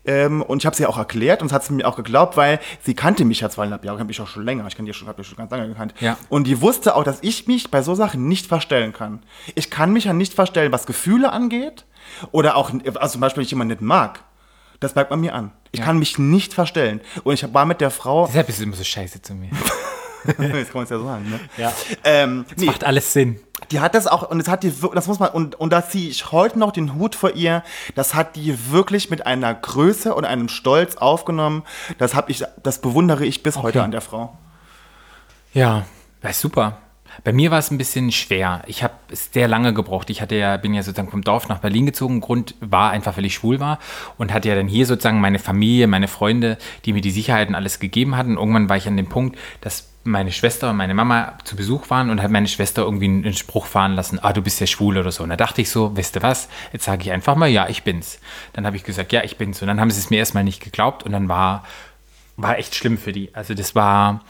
Speaker 1: Ähm, und ich habe sie auch erklärt und hat sie mir auch geglaubt, weil sie kannte mich ja zweieinhalb Jahre, ich habe mich auch schon länger, ich kenne die schon, habe die schon ganz lange gekannt.
Speaker 2: Ja.
Speaker 1: Und die wusste auch, dass ich mich bei so Sachen nicht verstellen kann. Ich kann mich ja nicht verstellen, was Gefühle angeht oder auch, also zum Beispiel, wenn ich jemanden nicht mag, das merkt man mir an. Ich
Speaker 2: Ja.
Speaker 1: kann mich nicht verstellen. Und ich war mit der Frau,
Speaker 2: Deshalb bist du immer so scheiße zu mir.
Speaker 1: jetzt kann man es ja sagen, ne?
Speaker 2: Ja.
Speaker 1: Ähm, nee,
Speaker 2: Macht alles Sinn.
Speaker 1: die hat das auch, und das hat die, wir- das muss man, und, und das ziehe ich heute noch den Hut vor ihr, das hat die wirklich mit einer Größe und einem Stolz aufgenommen. Das habe ich, das bewundere ich bis heute an der Frau.
Speaker 2: Ja, war super. Bei mir war es ein bisschen schwer. Ich habe es sehr lange gebraucht. Ich hatte ja, bin ja sozusagen vom Dorf nach Berlin gezogen. Grund war einfach, weil ich schwul war und hatte ja dann hier sozusagen meine Familie, meine Freunde, die mir die Sicherheiten alles gegeben hatten. Irgendwann war ich an dem Punkt, dass meine Schwester und meine Mama zu Besuch waren und hat meine Schwester irgendwie einen einen Spruch fahren lassen, ah, du bist ja schwul oder so. Und da dachte ich so, weißt du was, jetzt sage ich einfach mal, ja, ich bin's. Dann habe ich gesagt, ja, ich bin's. Und dann haben sie es mir erstmal nicht geglaubt und dann war, war echt schlimm für die. Also das war,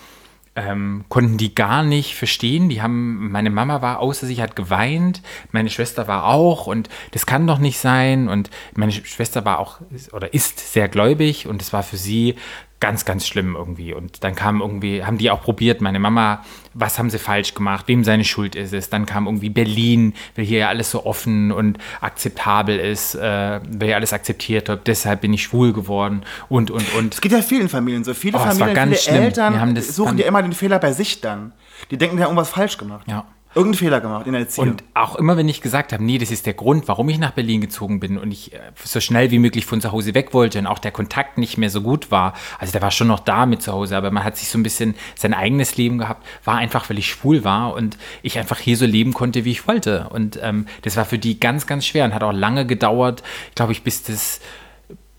Speaker 2: ähm, konnten die gar nicht verstehen. Die haben, meine Mama war außer sich, hat geweint, meine Schwester war auch und das kann doch nicht sein. Und meine Sch- Schwester war auch ist- oder ist sehr gläubig und es war für sie ganz, ganz schlimm irgendwie. Und dann kam irgendwie, haben die auch probiert, meine Mama, was haben sie falsch gemacht, wem seine Schuld ist es. Dann kam irgendwie Berlin, weil hier ja alles so offen und akzeptabel ist, äh, weil ja alles akzeptiert wird, deshalb bin ich schwul geworden und, und, und.
Speaker 1: Es geht ja vielen Familien so. Viele
Speaker 2: Oh, es war
Speaker 1: Familien, viele
Speaker 2: ganz schlimm.
Speaker 1: Eltern
Speaker 2: Wir haben das
Speaker 1: suchen
Speaker 2: dann-
Speaker 1: ja immer den Fehler bei sich dann. Die denken, die haben irgendwas falsch gemacht.
Speaker 2: Ja.
Speaker 1: Irgendeinen Fehler gemacht in der Erziehung.
Speaker 2: Und auch immer, wenn ich gesagt habe, nee, das ist der Grund, warum ich nach Berlin gezogen bin und ich äh, so schnell wie möglich von zu Hause weg wollte und auch der Kontakt nicht mehr so gut war. Also der war schon noch da mit zu Hause, aber man hat sich so ein bisschen sein eigenes Leben gehabt, war einfach, weil ich schwul war und ich einfach hier so leben konnte, wie ich wollte. Und ähm, das war für die ganz, ganz schwer und hat auch lange gedauert, glaube ich, bis das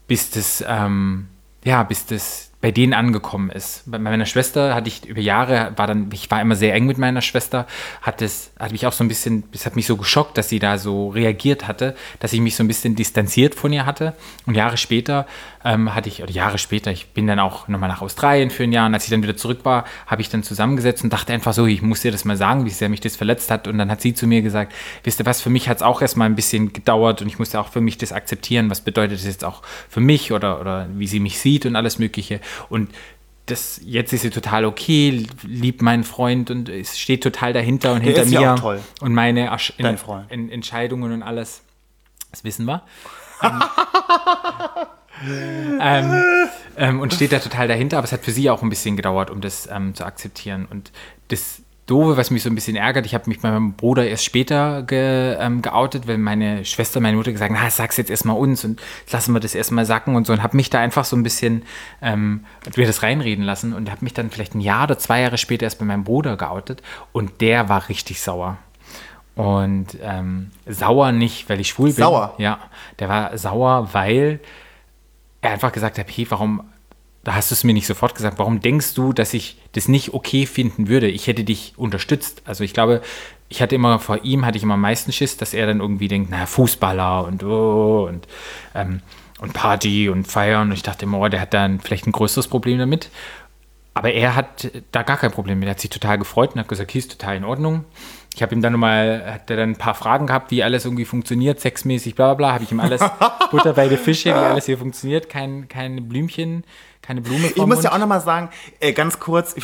Speaker 2: bis das, ähm, ja, bis das bei denen angekommen ist. Bei meiner Schwester hatte ich über Jahre, war dann, ich war immer sehr eng mit meiner Schwester, hat es, hat mich auch so ein bisschen, es hat mich so geschockt, dass sie da so reagiert hatte, dass ich mich so ein bisschen distanziert von ihr hatte. Und Jahre später ähm, hatte ich, oder Jahre später, ich bin dann auch nochmal nach Australien für ein Jahr und als ich dann wieder zurück war, habe ich dann zusammengesetzt und dachte einfach so, ich muss dir das mal sagen, wie sehr mich das verletzt hat. Und dann hat sie zu mir gesagt, wisst ihr was, für mich hat es auch erstmal ein bisschen gedauert und ich musste auch für mich das akzeptieren, was bedeutet das jetzt auch für mich oder, oder wie sie mich sieht und alles Mögliche. Und das, jetzt ist sie total okay, liebt meinen Freund und es steht total dahinter und hinter
Speaker 1: ist
Speaker 2: mir
Speaker 1: ja auch toll.
Speaker 2: und meine Ersch-
Speaker 1: Dein Freund.
Speaker 2: in, Entscheidungen und alles. Das wissen wir. ähm, und steht da total dahinter, aber es hat für sie auch ein bisschen gedauert, um das ähm, zu akzeptieren. Und das Doofe, was mich so ein bisschen ärgert, ich habe mich bei meinem Bruder erst später ge, ähm, geoutet, weil meine Schwester, meine Mutter gesagt haben, "Ah, sag's jetzt erstmal uns und jetzt lassen wir das erstmal sacken und so und habe mich da einfach so ein bisschen, ähm, hab mir das reinreden lassen und habe mich dann vielleicht ein Jahr oder zwei Jahre später erst bei meinem Bruder geoutet und der war richtig sauer. Und ähm, sauer nicht, weil ich schwul bin.
Speaker 1: Sauer?
Speaker 2: Ja, der war sauer, weil er einfach gesagt hat, hey, warum, da hast du es mir nicht sofort gesagt, warum denkst du, dass ich das nicht okay finden würde? Ich hätte dich unterstützt. Also ich glaube, ich hatte immer vor ihm, hatte ich immer am meisten Schiss, dass er dann irgendwie denkt, na, Fußballer und oh, und, ähm, und Party und Feiern. Und ich dachte immer, oh, der hat dann vielleicht ein größeres Problem damit. Aber er hat da gar kein Problem mit. Er hat sich total gefreut und hat gesagt, hier ist total in Ordnung. Ich habe ihm dann nochmal, hat er dann ein paar Fragen gehabt, wie alles irgendwie funktioniert, sexmäßig, bla bla bla. Habe ich ihm alles Butter bei den Fische, wie alles hier funktioniert. Kein, kein Blümchen, keine Blume
Speaker 1: Ich
Speaker 2: vom
Speaker 1: muss ja auch
Speaker 2: Mund.
Speaker 1: nochmal sagen, äh, ganz kurz, ich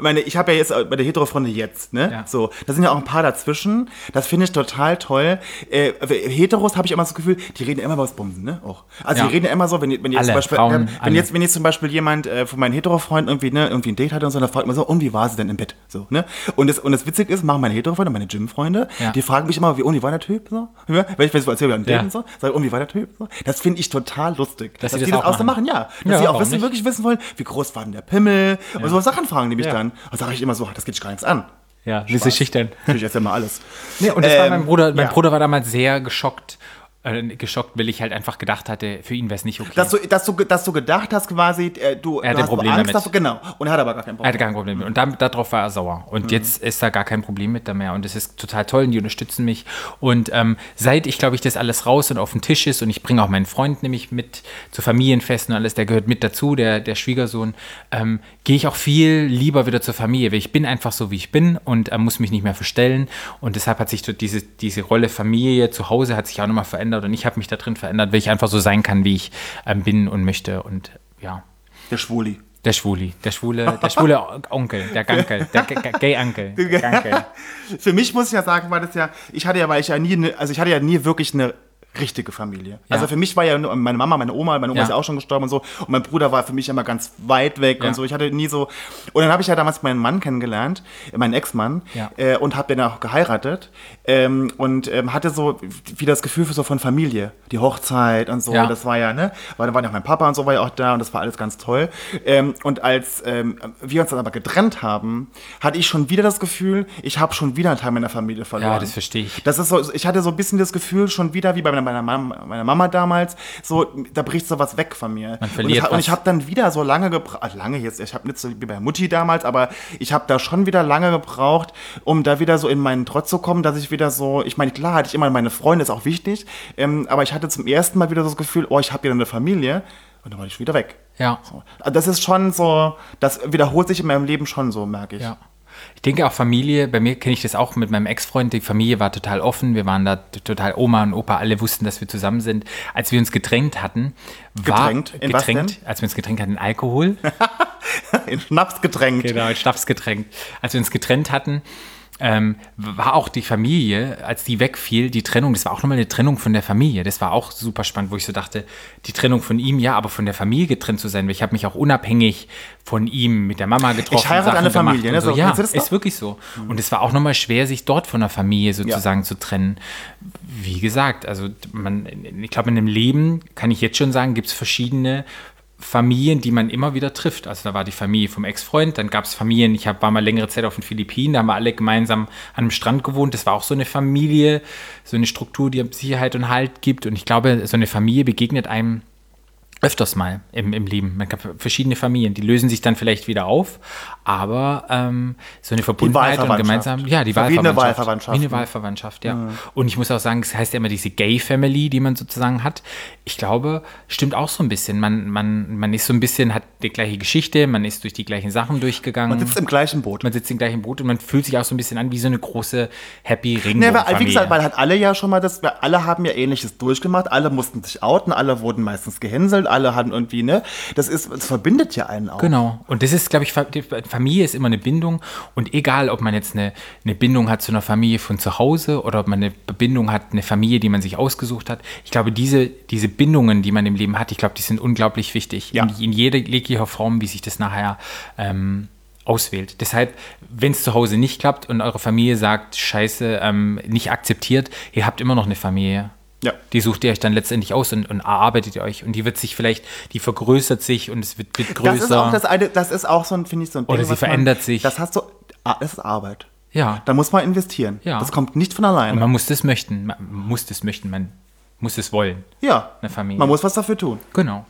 Speaker 1: meine, ich habe ja jetzt bei der Hetero-Freunde jetzt, ne?
Speaker 2: Ja.
Speaker 1: So, da sind ja auch ein paar dazwischen. Das finde ich total toll. Äh, Heteros habe ich immer das Gefühl, die reden immer über das Bumsen, ne? Auch. Also
Speaker 2: Ja.
Speaker 1: die reden ja immer so, wenn, die- wenn die jetzt
Speaker 2: Alle,
Speaker 1: zum Beispiel, äh,
Speaker 2: Frauen,
Speaker 1: wenn,
Speaker 2: alle.
Speaker 1: jetzt, wenn jetzt zum Beispiel jemand äh, von meinen Hetero-Freunden irgendwie, ne, irgendwie ein Date hatte und so, dann fragt man so, und wie war sie denn im Bett? So, ne? Und das, und das Witzige ist, machen meine Hetero-Freunde, meine Gym-Freunde,
Speaker 2: Ja.
Speaker 1: die fragen mich immer, wie, und wie war der Typ? So, wenn ich mir so erzähle, wir haben ein Date
Speaker 2: Ja.
Speaker 1: und so, sag, und wie war der Typ? So. Das finde ich total lustig.
Speaker 2: Dass sie
Speaker 1: die
Speaker 2: das
Speaker 1: das
Speaker 2: auch
Speaker 1: auch so
Speaker 2: machen.
Speaker 1: machen, ja. Dass
Speaker 2: Ja,
Speaker 1: sie auch
Speaker 2: warum
Speaker 1: wissen,
Speaker 2: nicht?
Speaker 1: wirklich wirklich wissen wollen, wie groß war denn der Pimmel und so Sachen fragen die mich
Speaker 2: Ja.
Speaker 1: dann. Und sage ich immer so, ach, das geht sich gar nichts an.
Speaker 2: Ja, diese
Speaker 1: Spaß.
Speaker 2: Schüchtern.
Speaker 1: Natürlich erzähl mal alles.
Speaker 2: Nee, und das war
Speaker 1: Ähm,
Speaker 2: mein Bruder. Mein
Speaker 1: ja.
Speaker 2: Bruder war damals sehr geschockt. äh, geschockt, weil ich halt einfach gedacht hatte, für ihn wäre es nicht okay.
Speaker 1: Dass du, dass, du, dass du gedacht hast, quasi, äh, du,
Speaker 2: Er hat
Speaker 1: du
Speaker 2: ein
Speaker 1: hast
Speaker 2: Problem
Speaker 1: Angst,
Speaker 2: damit.
Speaker 1: dass du, genau. Und er hat aber gar kein
Speaker 2: er
Speaker 1: Problem.
Speaker 2: hatte gar kein Problem mit. Und damit, darauf war er sauer. Und jetzt ist da gar kein Problem mit da mehr. Und es ist total toll und die unterstützen mich. Und ähm, seit ich, glaube ich, das alles raus und auf den Tisch ist und ich bringe auch meinen Freund nämlich mit zu Familienfesten und alles, der gehört mit dazu, der, der Schwiegersohn, ähm, gehe ich auch viel lieber wieder zur Familie. Weil ich bin einfach so, wie ich bin und äh, muss mich nicht mehr verstellen. Und deshalb hat sich so diese, diese Rolle Familie zu Hause hat sich auch nochmal verändert. Und ich habe mich da drin verändert, weil ich einfach so sein kann, wie ich ähm, bin und möchte. Und ja.
Speaker 1: Der Schwuli.
Speaker 2: Der Schwuli, der schwule, der schwule Onkel, der Gankel, der Ga- Ga- Gay Onkel, der Gankel.
Speaker 1: Für mich muss ich ja sagen, war das ja, ich hatte ja, weil ich ja nie, ne- also ich hatte ja nie wirklich eine richtige Familie. Also für mich war ja nur meine Mama, meine Oma, meine Oma
Speaker 2: Ja.
Speaker 1: ist ja auch schon gestorben und so. Und mein Bruder war für mich immer ganz weit weg
Speaker 2: Ja.
Speaker 1: und so. Ich hatte nie so. Und dann habe ich ja damals meinen Mann kennengelernt, äh, meinen Ex-Mann,
Speaker 2: Ja.
Speaker 1: äh, und habe dann auch geheiratet ähm, und ähm, hatte so wieder das Gefühl für so von Familie, die Hochzeit und so.
Speaker 2: Ja.
Speaker 1: Das war ja, ne, weil dann war ja auch mein Papa und so war ja auch da und das war alles ganz toll. Ähm, und als ähm, wir uns dann aber getrennt haben, hatte ich schon wieder das Gefühl, ich habe schon wieder einen Teil meiner Familie verloren.
Speaker 2: Ja, das verstehe ich.
Speaker 1: Das ist so, ich hatte so ein bisschen das Gefühl, schon wieder wie bei meiner, meiner, Mama, meiner Mama damals, so, da bricht so was weg von mir.
Speaker 2: Man verliert
Speaker 1: und ich, ha- Und
Speaker 2: was.
Speaker 1: ich habe dann wieder so lange gebraucht, lange jetzt, ich habe nicht so wie bei Mutti damals, aber ich habe da schon wieder lange gebraucht, um da wieder so in meinen Trott zu kommen, dass ich wieder so, ich meine, klar hatte ich immer meine Freunde, ist auch wichtig, ähm, aber ich hatte zum ersten Mal wieder so das Gefühl, oh, ich habe wieder eine Familie und dann war ich wieder weg.
Speaker 2: Ja,
Speaker 1: So. Also Das ist schon so, das wiederholt sich in meinem Leben schon so, merke ich.
Speaker 2: ja. Ich denke auch Familie, bei mir kenne ich das auch mit meinem Ex-Freund, die Familie war total offen, wir waren da t- total Oma und Opa, alle wussten, dass wir zusammen sind. Als wir uns gedrängt hatten, war
Speaker 1: Gedrängt? In was
Speaker 2: gedrängt, als wir uns gedrängt hatten, in Alkohol,
Speaker 1: In Schnaps getränkt.
Speaker 2: Genau, in Schnaps getränkt. Als wir uns getrennt hatten, ähm, war auch die Familie, als die wegfiel, die Trennung, das war auch nochmal eine Trennung von der Familie. Das war auch super spannend, wo ich so dachte, die Trennung von ihm, ja, aber von der Familie getrennt zu sein, weil ich habe mich auch unabhängig von ihm mit der Mama getroffen.
Speaker 1: Ich heirate
Speaker 2: Sachen
Speaker 1: eine Familie,
Speaker 2: gemacht
Speaker 1: ne?
Speaker 2: und
Speaker 1: So,
Speaker 2: So, ja,
Speaker 1: kennst du das
Speaker 2: ist
Speaker 1: noch?
Speaker 2: wirklich so. Und es war auch nochmal schwer, sich dort von der Familie sozusagen zu trennen. Wie gesagt, also man, ich glaube, in einem Leben kann ich jetzt schon sagen, gibt es verschiedene Familien, die man immer wieder trifft. Also da war die Familie vom Ex-Freund, dann gab es Familien, ich hab, war mal längere Zeit auf den Philippinen, da haben wir alle gemeinsam an einem Strand gewohnt. Das war auch so eine Familie, so eine Struktur, die Sicherheit und Halt gibt. Und ich glaube, so eine Familie begegnet einem öfters mal im, im Leben. Man kann verschiedene Familien, die lösen sich dann vielleicht wieder auf, aber ähm, so eine Verbundenheit und
Speaker 1: Wahlverwandtschaft.
Speaker 2: gemeinsam, ja, die
Speaker 1: Wie eine
Speaker 2: Wahlverwandtschaft.
Speaker 1: Wahlverwandtschaft,
Speaker 2: Wie eine
Speaker 1: ne?
Speaker 2: Wahlverwandtschaft, ja. Und ich muss auch sagen, es heißt ja immer diese Gay-Family, die man sozusagen hat. Ich glaube, stimmt auch so ein bisschen. Man, man, man ist so ein bisschen, hat die gleiche Geschichte, man ist durch die gleichen Sachen durchgegangen.
Speaker 1: Man sitzt im gleichen Boot.
Speaker 2: Man sitzt im gleichen Boot und man fühlt sich auch so ein bisschen an wie so eine große Happy Ring.
Speaker 1: Nee, weil, wie gesagt, weil halt alle ja schon mal das, weil alle haben ja Ähnliches durchgemacht, alle mussten sich outen, alle wurden meistens gehänselt, alle hatten irgendwie, ne? Das ist, es verbindet ja einen auch.
Speaker 2: Genau. Und das ist, glaube ich, Fa- die Familie ist immer eine Bindung. Und egal, ob man jetzt eine, eine Bindung hat zu einer Familie von zu Hause oder ob man eine Bindung hat, eine Familie, die man sich ausgesucht hat. Ich glaube, diese, diese Bindungen, die man im Leben hat, ich glaube, die sind unglaublich wichtig.
Speaker 1: Ja.
Speaker 2: In, in jeder jeglicher Form, wie sich das nachher ähm, auswählt. Deshalb, wenn es zu Hause nicht klappt und eure Familie sagt, scheiße, ähm, nicht akzeptiert, ihr habt immer noch eine Familie.
Speaker 1: Ja.
Speaker 2: Die sucht ihr euch dann letztendlich aus und, und erarbeitet ihr euch. Und die wird sich vielleicht, die vergrößert sich und es wird, wird größer.
Speaker 1: Das ist auch das eine, das ist auch so ein, finde ich, so ein Ding.
Speaker 2: Oder sie
Speaker 1: was man-
Speaker 2: verändert sich.
Speaker 1: Das hast du, ah, das ist Arbeit.
Speaker 2: Ja.
Speaker 1: Da muss man investieren.
Speaker 2: Ja.
Speaker 1: Das kommt nicht von alleine.
Speaker 2: Man muss das möchten. Man muss das möchten. Man muss es wollen.
Speaker 1: ja.
Speaker 2: Eine Familie.
Speaker 1: Man muss was dafür tun.
Speaker 2: Genau.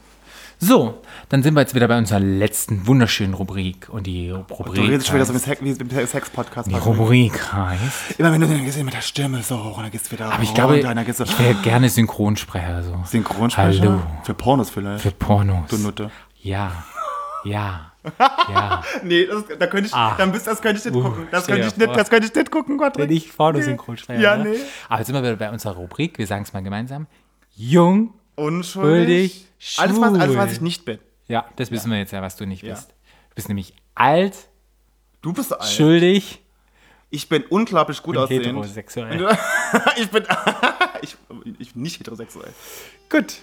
Speaker 2: So, dann sind wir jetzt wieder bei unserer letzten wunderschönen Rubrik. Und die Rubrik.
Speaker 1: Du redest schon wieder so
Speaker 2: heißt-
Speaker 1: wie im Sex- Sex-Podcast.
Speaker 2: die Rubrik heißt.
Speaker 1: Immer wenn du dann gehst, du mit der Stimme so hoch und dann gehst du wieder
Speaker 2: Aber ich
Speaker 1: runter
Speaker 2: glaube,
Speaker 1: Oh, und dann gehst du
Speaker 2: ich wäre gerne Synchronsprecher. So.
Speaker 1: Synchronsprecher?
Speaker 2: Hallo.
Speaker 1: Für Pornos vielleicht.
Speaker 2: Für Pornos.
Speaker 1: Du Nutte.
Speaker 2: Ja. Ja. Ja.
Speaker 1: Nee, das, da könnte ich, dann bist, das könnte ich nicht
Speaker 2: Ah. Uh,
Speaker 1: gucken. Das
Speaker 2: stell
Speaker 1: könnte
Speaker 2: dir
Speaker 1: ich nicht,
Speaker 2: vor.
Speaker 1: das könnte ich nicht gucken, Patrick.
Speaker 2: Wenn ich Pornosynchronsprecher.
Speaker 1: Ja,
Speaker 2: ne?
Speaker 1: nee.
Speaker 2: Aber jetzt sind wir wieder bei unserer Rubrik. Wir sagen es mal gemeinsam. Jung.
Speaker 1: Unschuldig.
Speaker 2: Schuldig,
Speaker 1: Alles was, alles, was
Speaker 2: schwul.
Speaker 1: ich nicht bin.
Speaker 2: Ja, das wissen wir jetzt ja, was du nicht
Speaker 1: Ja.
Speaker 2: bist. Du bist nämlich alt,
Speaker 1: Du bist alt.
Speaker 2: schuldig
Speaker 1: Ich bin unglaublich gut
Speaker 2: und
Speaker 1: aussehend.
Speaker 2: heterosexuell.
Speaker 1: Ich bin. ich, ich bin nicht heterosexuell.
Speaker 2: Gut.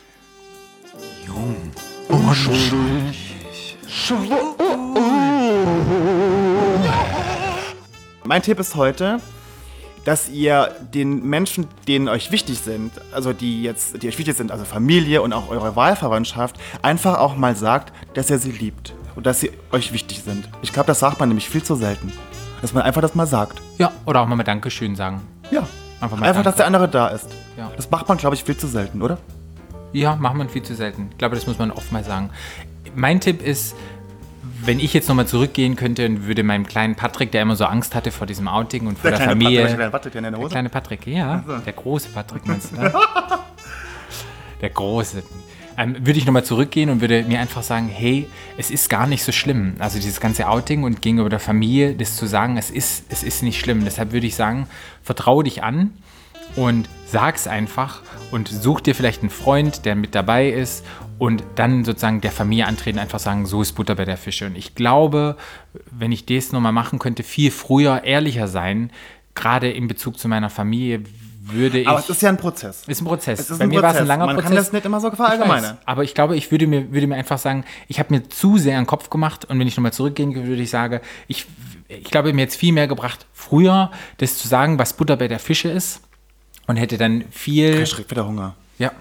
Speaker 1: Mein Tipp ist heute, dass ihr den Menschen, denen euch wichtig sind, also die jetzt, die euch wichtig sind, also Familie und auch eure Wahlverwandtschaft, einfach auch mal sagt, dass ihr sie liebt und dass sie euch wichtig sind. Ich glaube, das sagt man nämlich viel zu selten. Dass man einfach das mal sagt.
Speaker 2: Ja, oder auch mal mit Dankeschön sagen.
Speaker 1: Ja.
Speaker 2: Einfach mal
Speaker 1: Einfach, dass der
Speaker 2: danke.
Speaker 1: andere da ist.
Speaker 2: Ja.
Speaker 1: Das macht man, glaube ich, viel zu selten, oder?
Speaker 2: Ja, macht man viel zu selten. Ich glaube, das muss man oft mal sagen. Mein Tipp ist, wenn ich jetzt nochmal zurückgehen könnte und würde meinem kleinen Patrick, der immer so Angst hatte vor diesem Outing und vor der, Familie.
Speaker 1: Patrick, der in der
Speaker 2: Der
Speaker 1: Hose.
Speaker 2: kleine Patrick, ja. Der große Patrick meinst du, ne? Der große. Ähm, würde ich nochmal zurückgehen und würde mir einfach sagen, hey, es ist gar nicht so schlimm. Also dieses ganze Outing und gegenüber der Familie, das zu sagen, es ist, es ist nicht schlimm. Deshalb würde ich sagen, vertraue dich an und sag's einfach und such dir vielleicht einen Freund, der mit dabei ist und dann sozusagen der Familie antreten, einfach sagen, so ist Butter bei der Fische. Und ich glaube, wenn ich das nochmal machen könnte, viel früher ehrlicher sein, gerade in Bezug zu meiner Familie, würde ich.
Speaker 1: Aber es ist ja ein Prozess.
Speaker 2: Ist ein Prozess.
Speaker 1: Es ist
Speaker 2: Bei
Speaker 1: ein
Speaker 2: mir war es ein
Speaker 1: Prozess.
Speaker 2: langer
Speaker 1: Man kann
Speaker 2: Prozess.
Speaker 1: das nicht immer so
Speaker 2: Ich weiß,
Speaker 1: verallgemeinern.
Speaker 2: aber ich glaube, ich würde mir, würde mir einfach sagen, ich habe mir zu sehr einen Kopf gemacht und wenn ich nochmal zurückgehen würde, ich sage, ich, ich glaube, mir jetzt viel mehr gebracht, früher das zu sagen, was Butter bei der Fische ist und hätte dann viel,
Speaker 1: Ich schreck wieder Hunger.
Speaker 2: ja,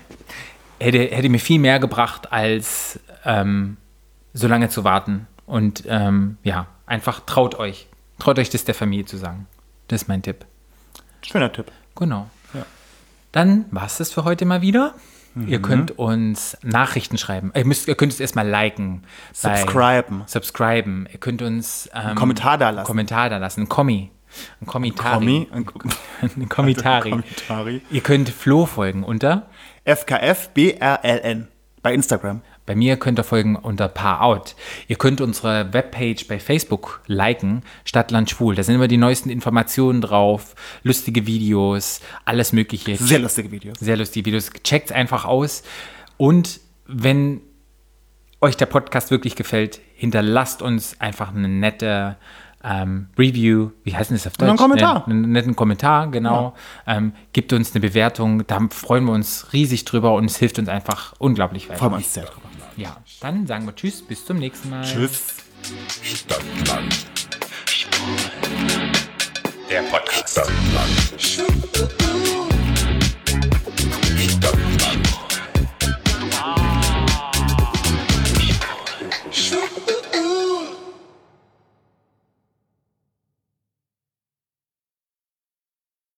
Speaker 2: hätte, hätte mir viel mehr gebracht, als ähm, so lange zu warten. Und ähm, ja, einfach traut euch. Traut euch, das der Familie zu sagen. Das ist mein Tipp.
Speaker 1: Schöner Tipp.
Speaker 2: Genau. Dann war es das für heute mal wieder. Ihr
Speaker 1: Mhm.
Speaker 2: könnt uns Nachrichten schreiben. Ihr, müsst, ihr könnt es erstmal liken. bei-
Speaker 1: Subscriben.
Speaker 2: Subscriben. Ihr könnt uns ähm,
Speaker 1: Kommentar da lassen.
Speaker 2: Kommentar da lassen. Ein Kommi. Ein Kommentar.
Speaker 1: Tommy,
Speaker 2: Ein Kommentari.
Speaker 1: Kommentari.
Speaker 2: Ihr könnt Flo folgen unter.
Speaker 1: FKFBRLN bei Instagram.
Speaker 2: Bei mir könnt ihr folgen unter Paar Out. Ihr könnt unsere Webpage bei Facebook liken, Stadtland Schwul. Da sind immer die neuesten Informationen drauf, lustige Videos, alles Mögliche.
Speaker 1: Sehr lustige Videos.
Speaker 2: Sehr lustige Videos. Checkt einfach aus. Und wenn euch der Podcast wirklich gefällt, hinterlasst uns einfach eine nette ähm, Review. Wie heißt denn das auf Deutsch? Äh,
Speaker 1: einen Kommentar.
Speaker 2: Einen, einen netten Kommentar, genau. Ähm, gibt uns eine Bewertung. Da freuen wir uns riesig drüber und es hilft uns einfach unglaublich weiter.
Speaker 1: Freuen wir uns sehr drüber.
Speaker 2: Ja, dann sagen wir Tschüss, bis zum nächsten Mal.
Speaker 1: Tschüss.
Speaker 3: Stadtland Schwul. Der Podcast. Stadtland. Schwul.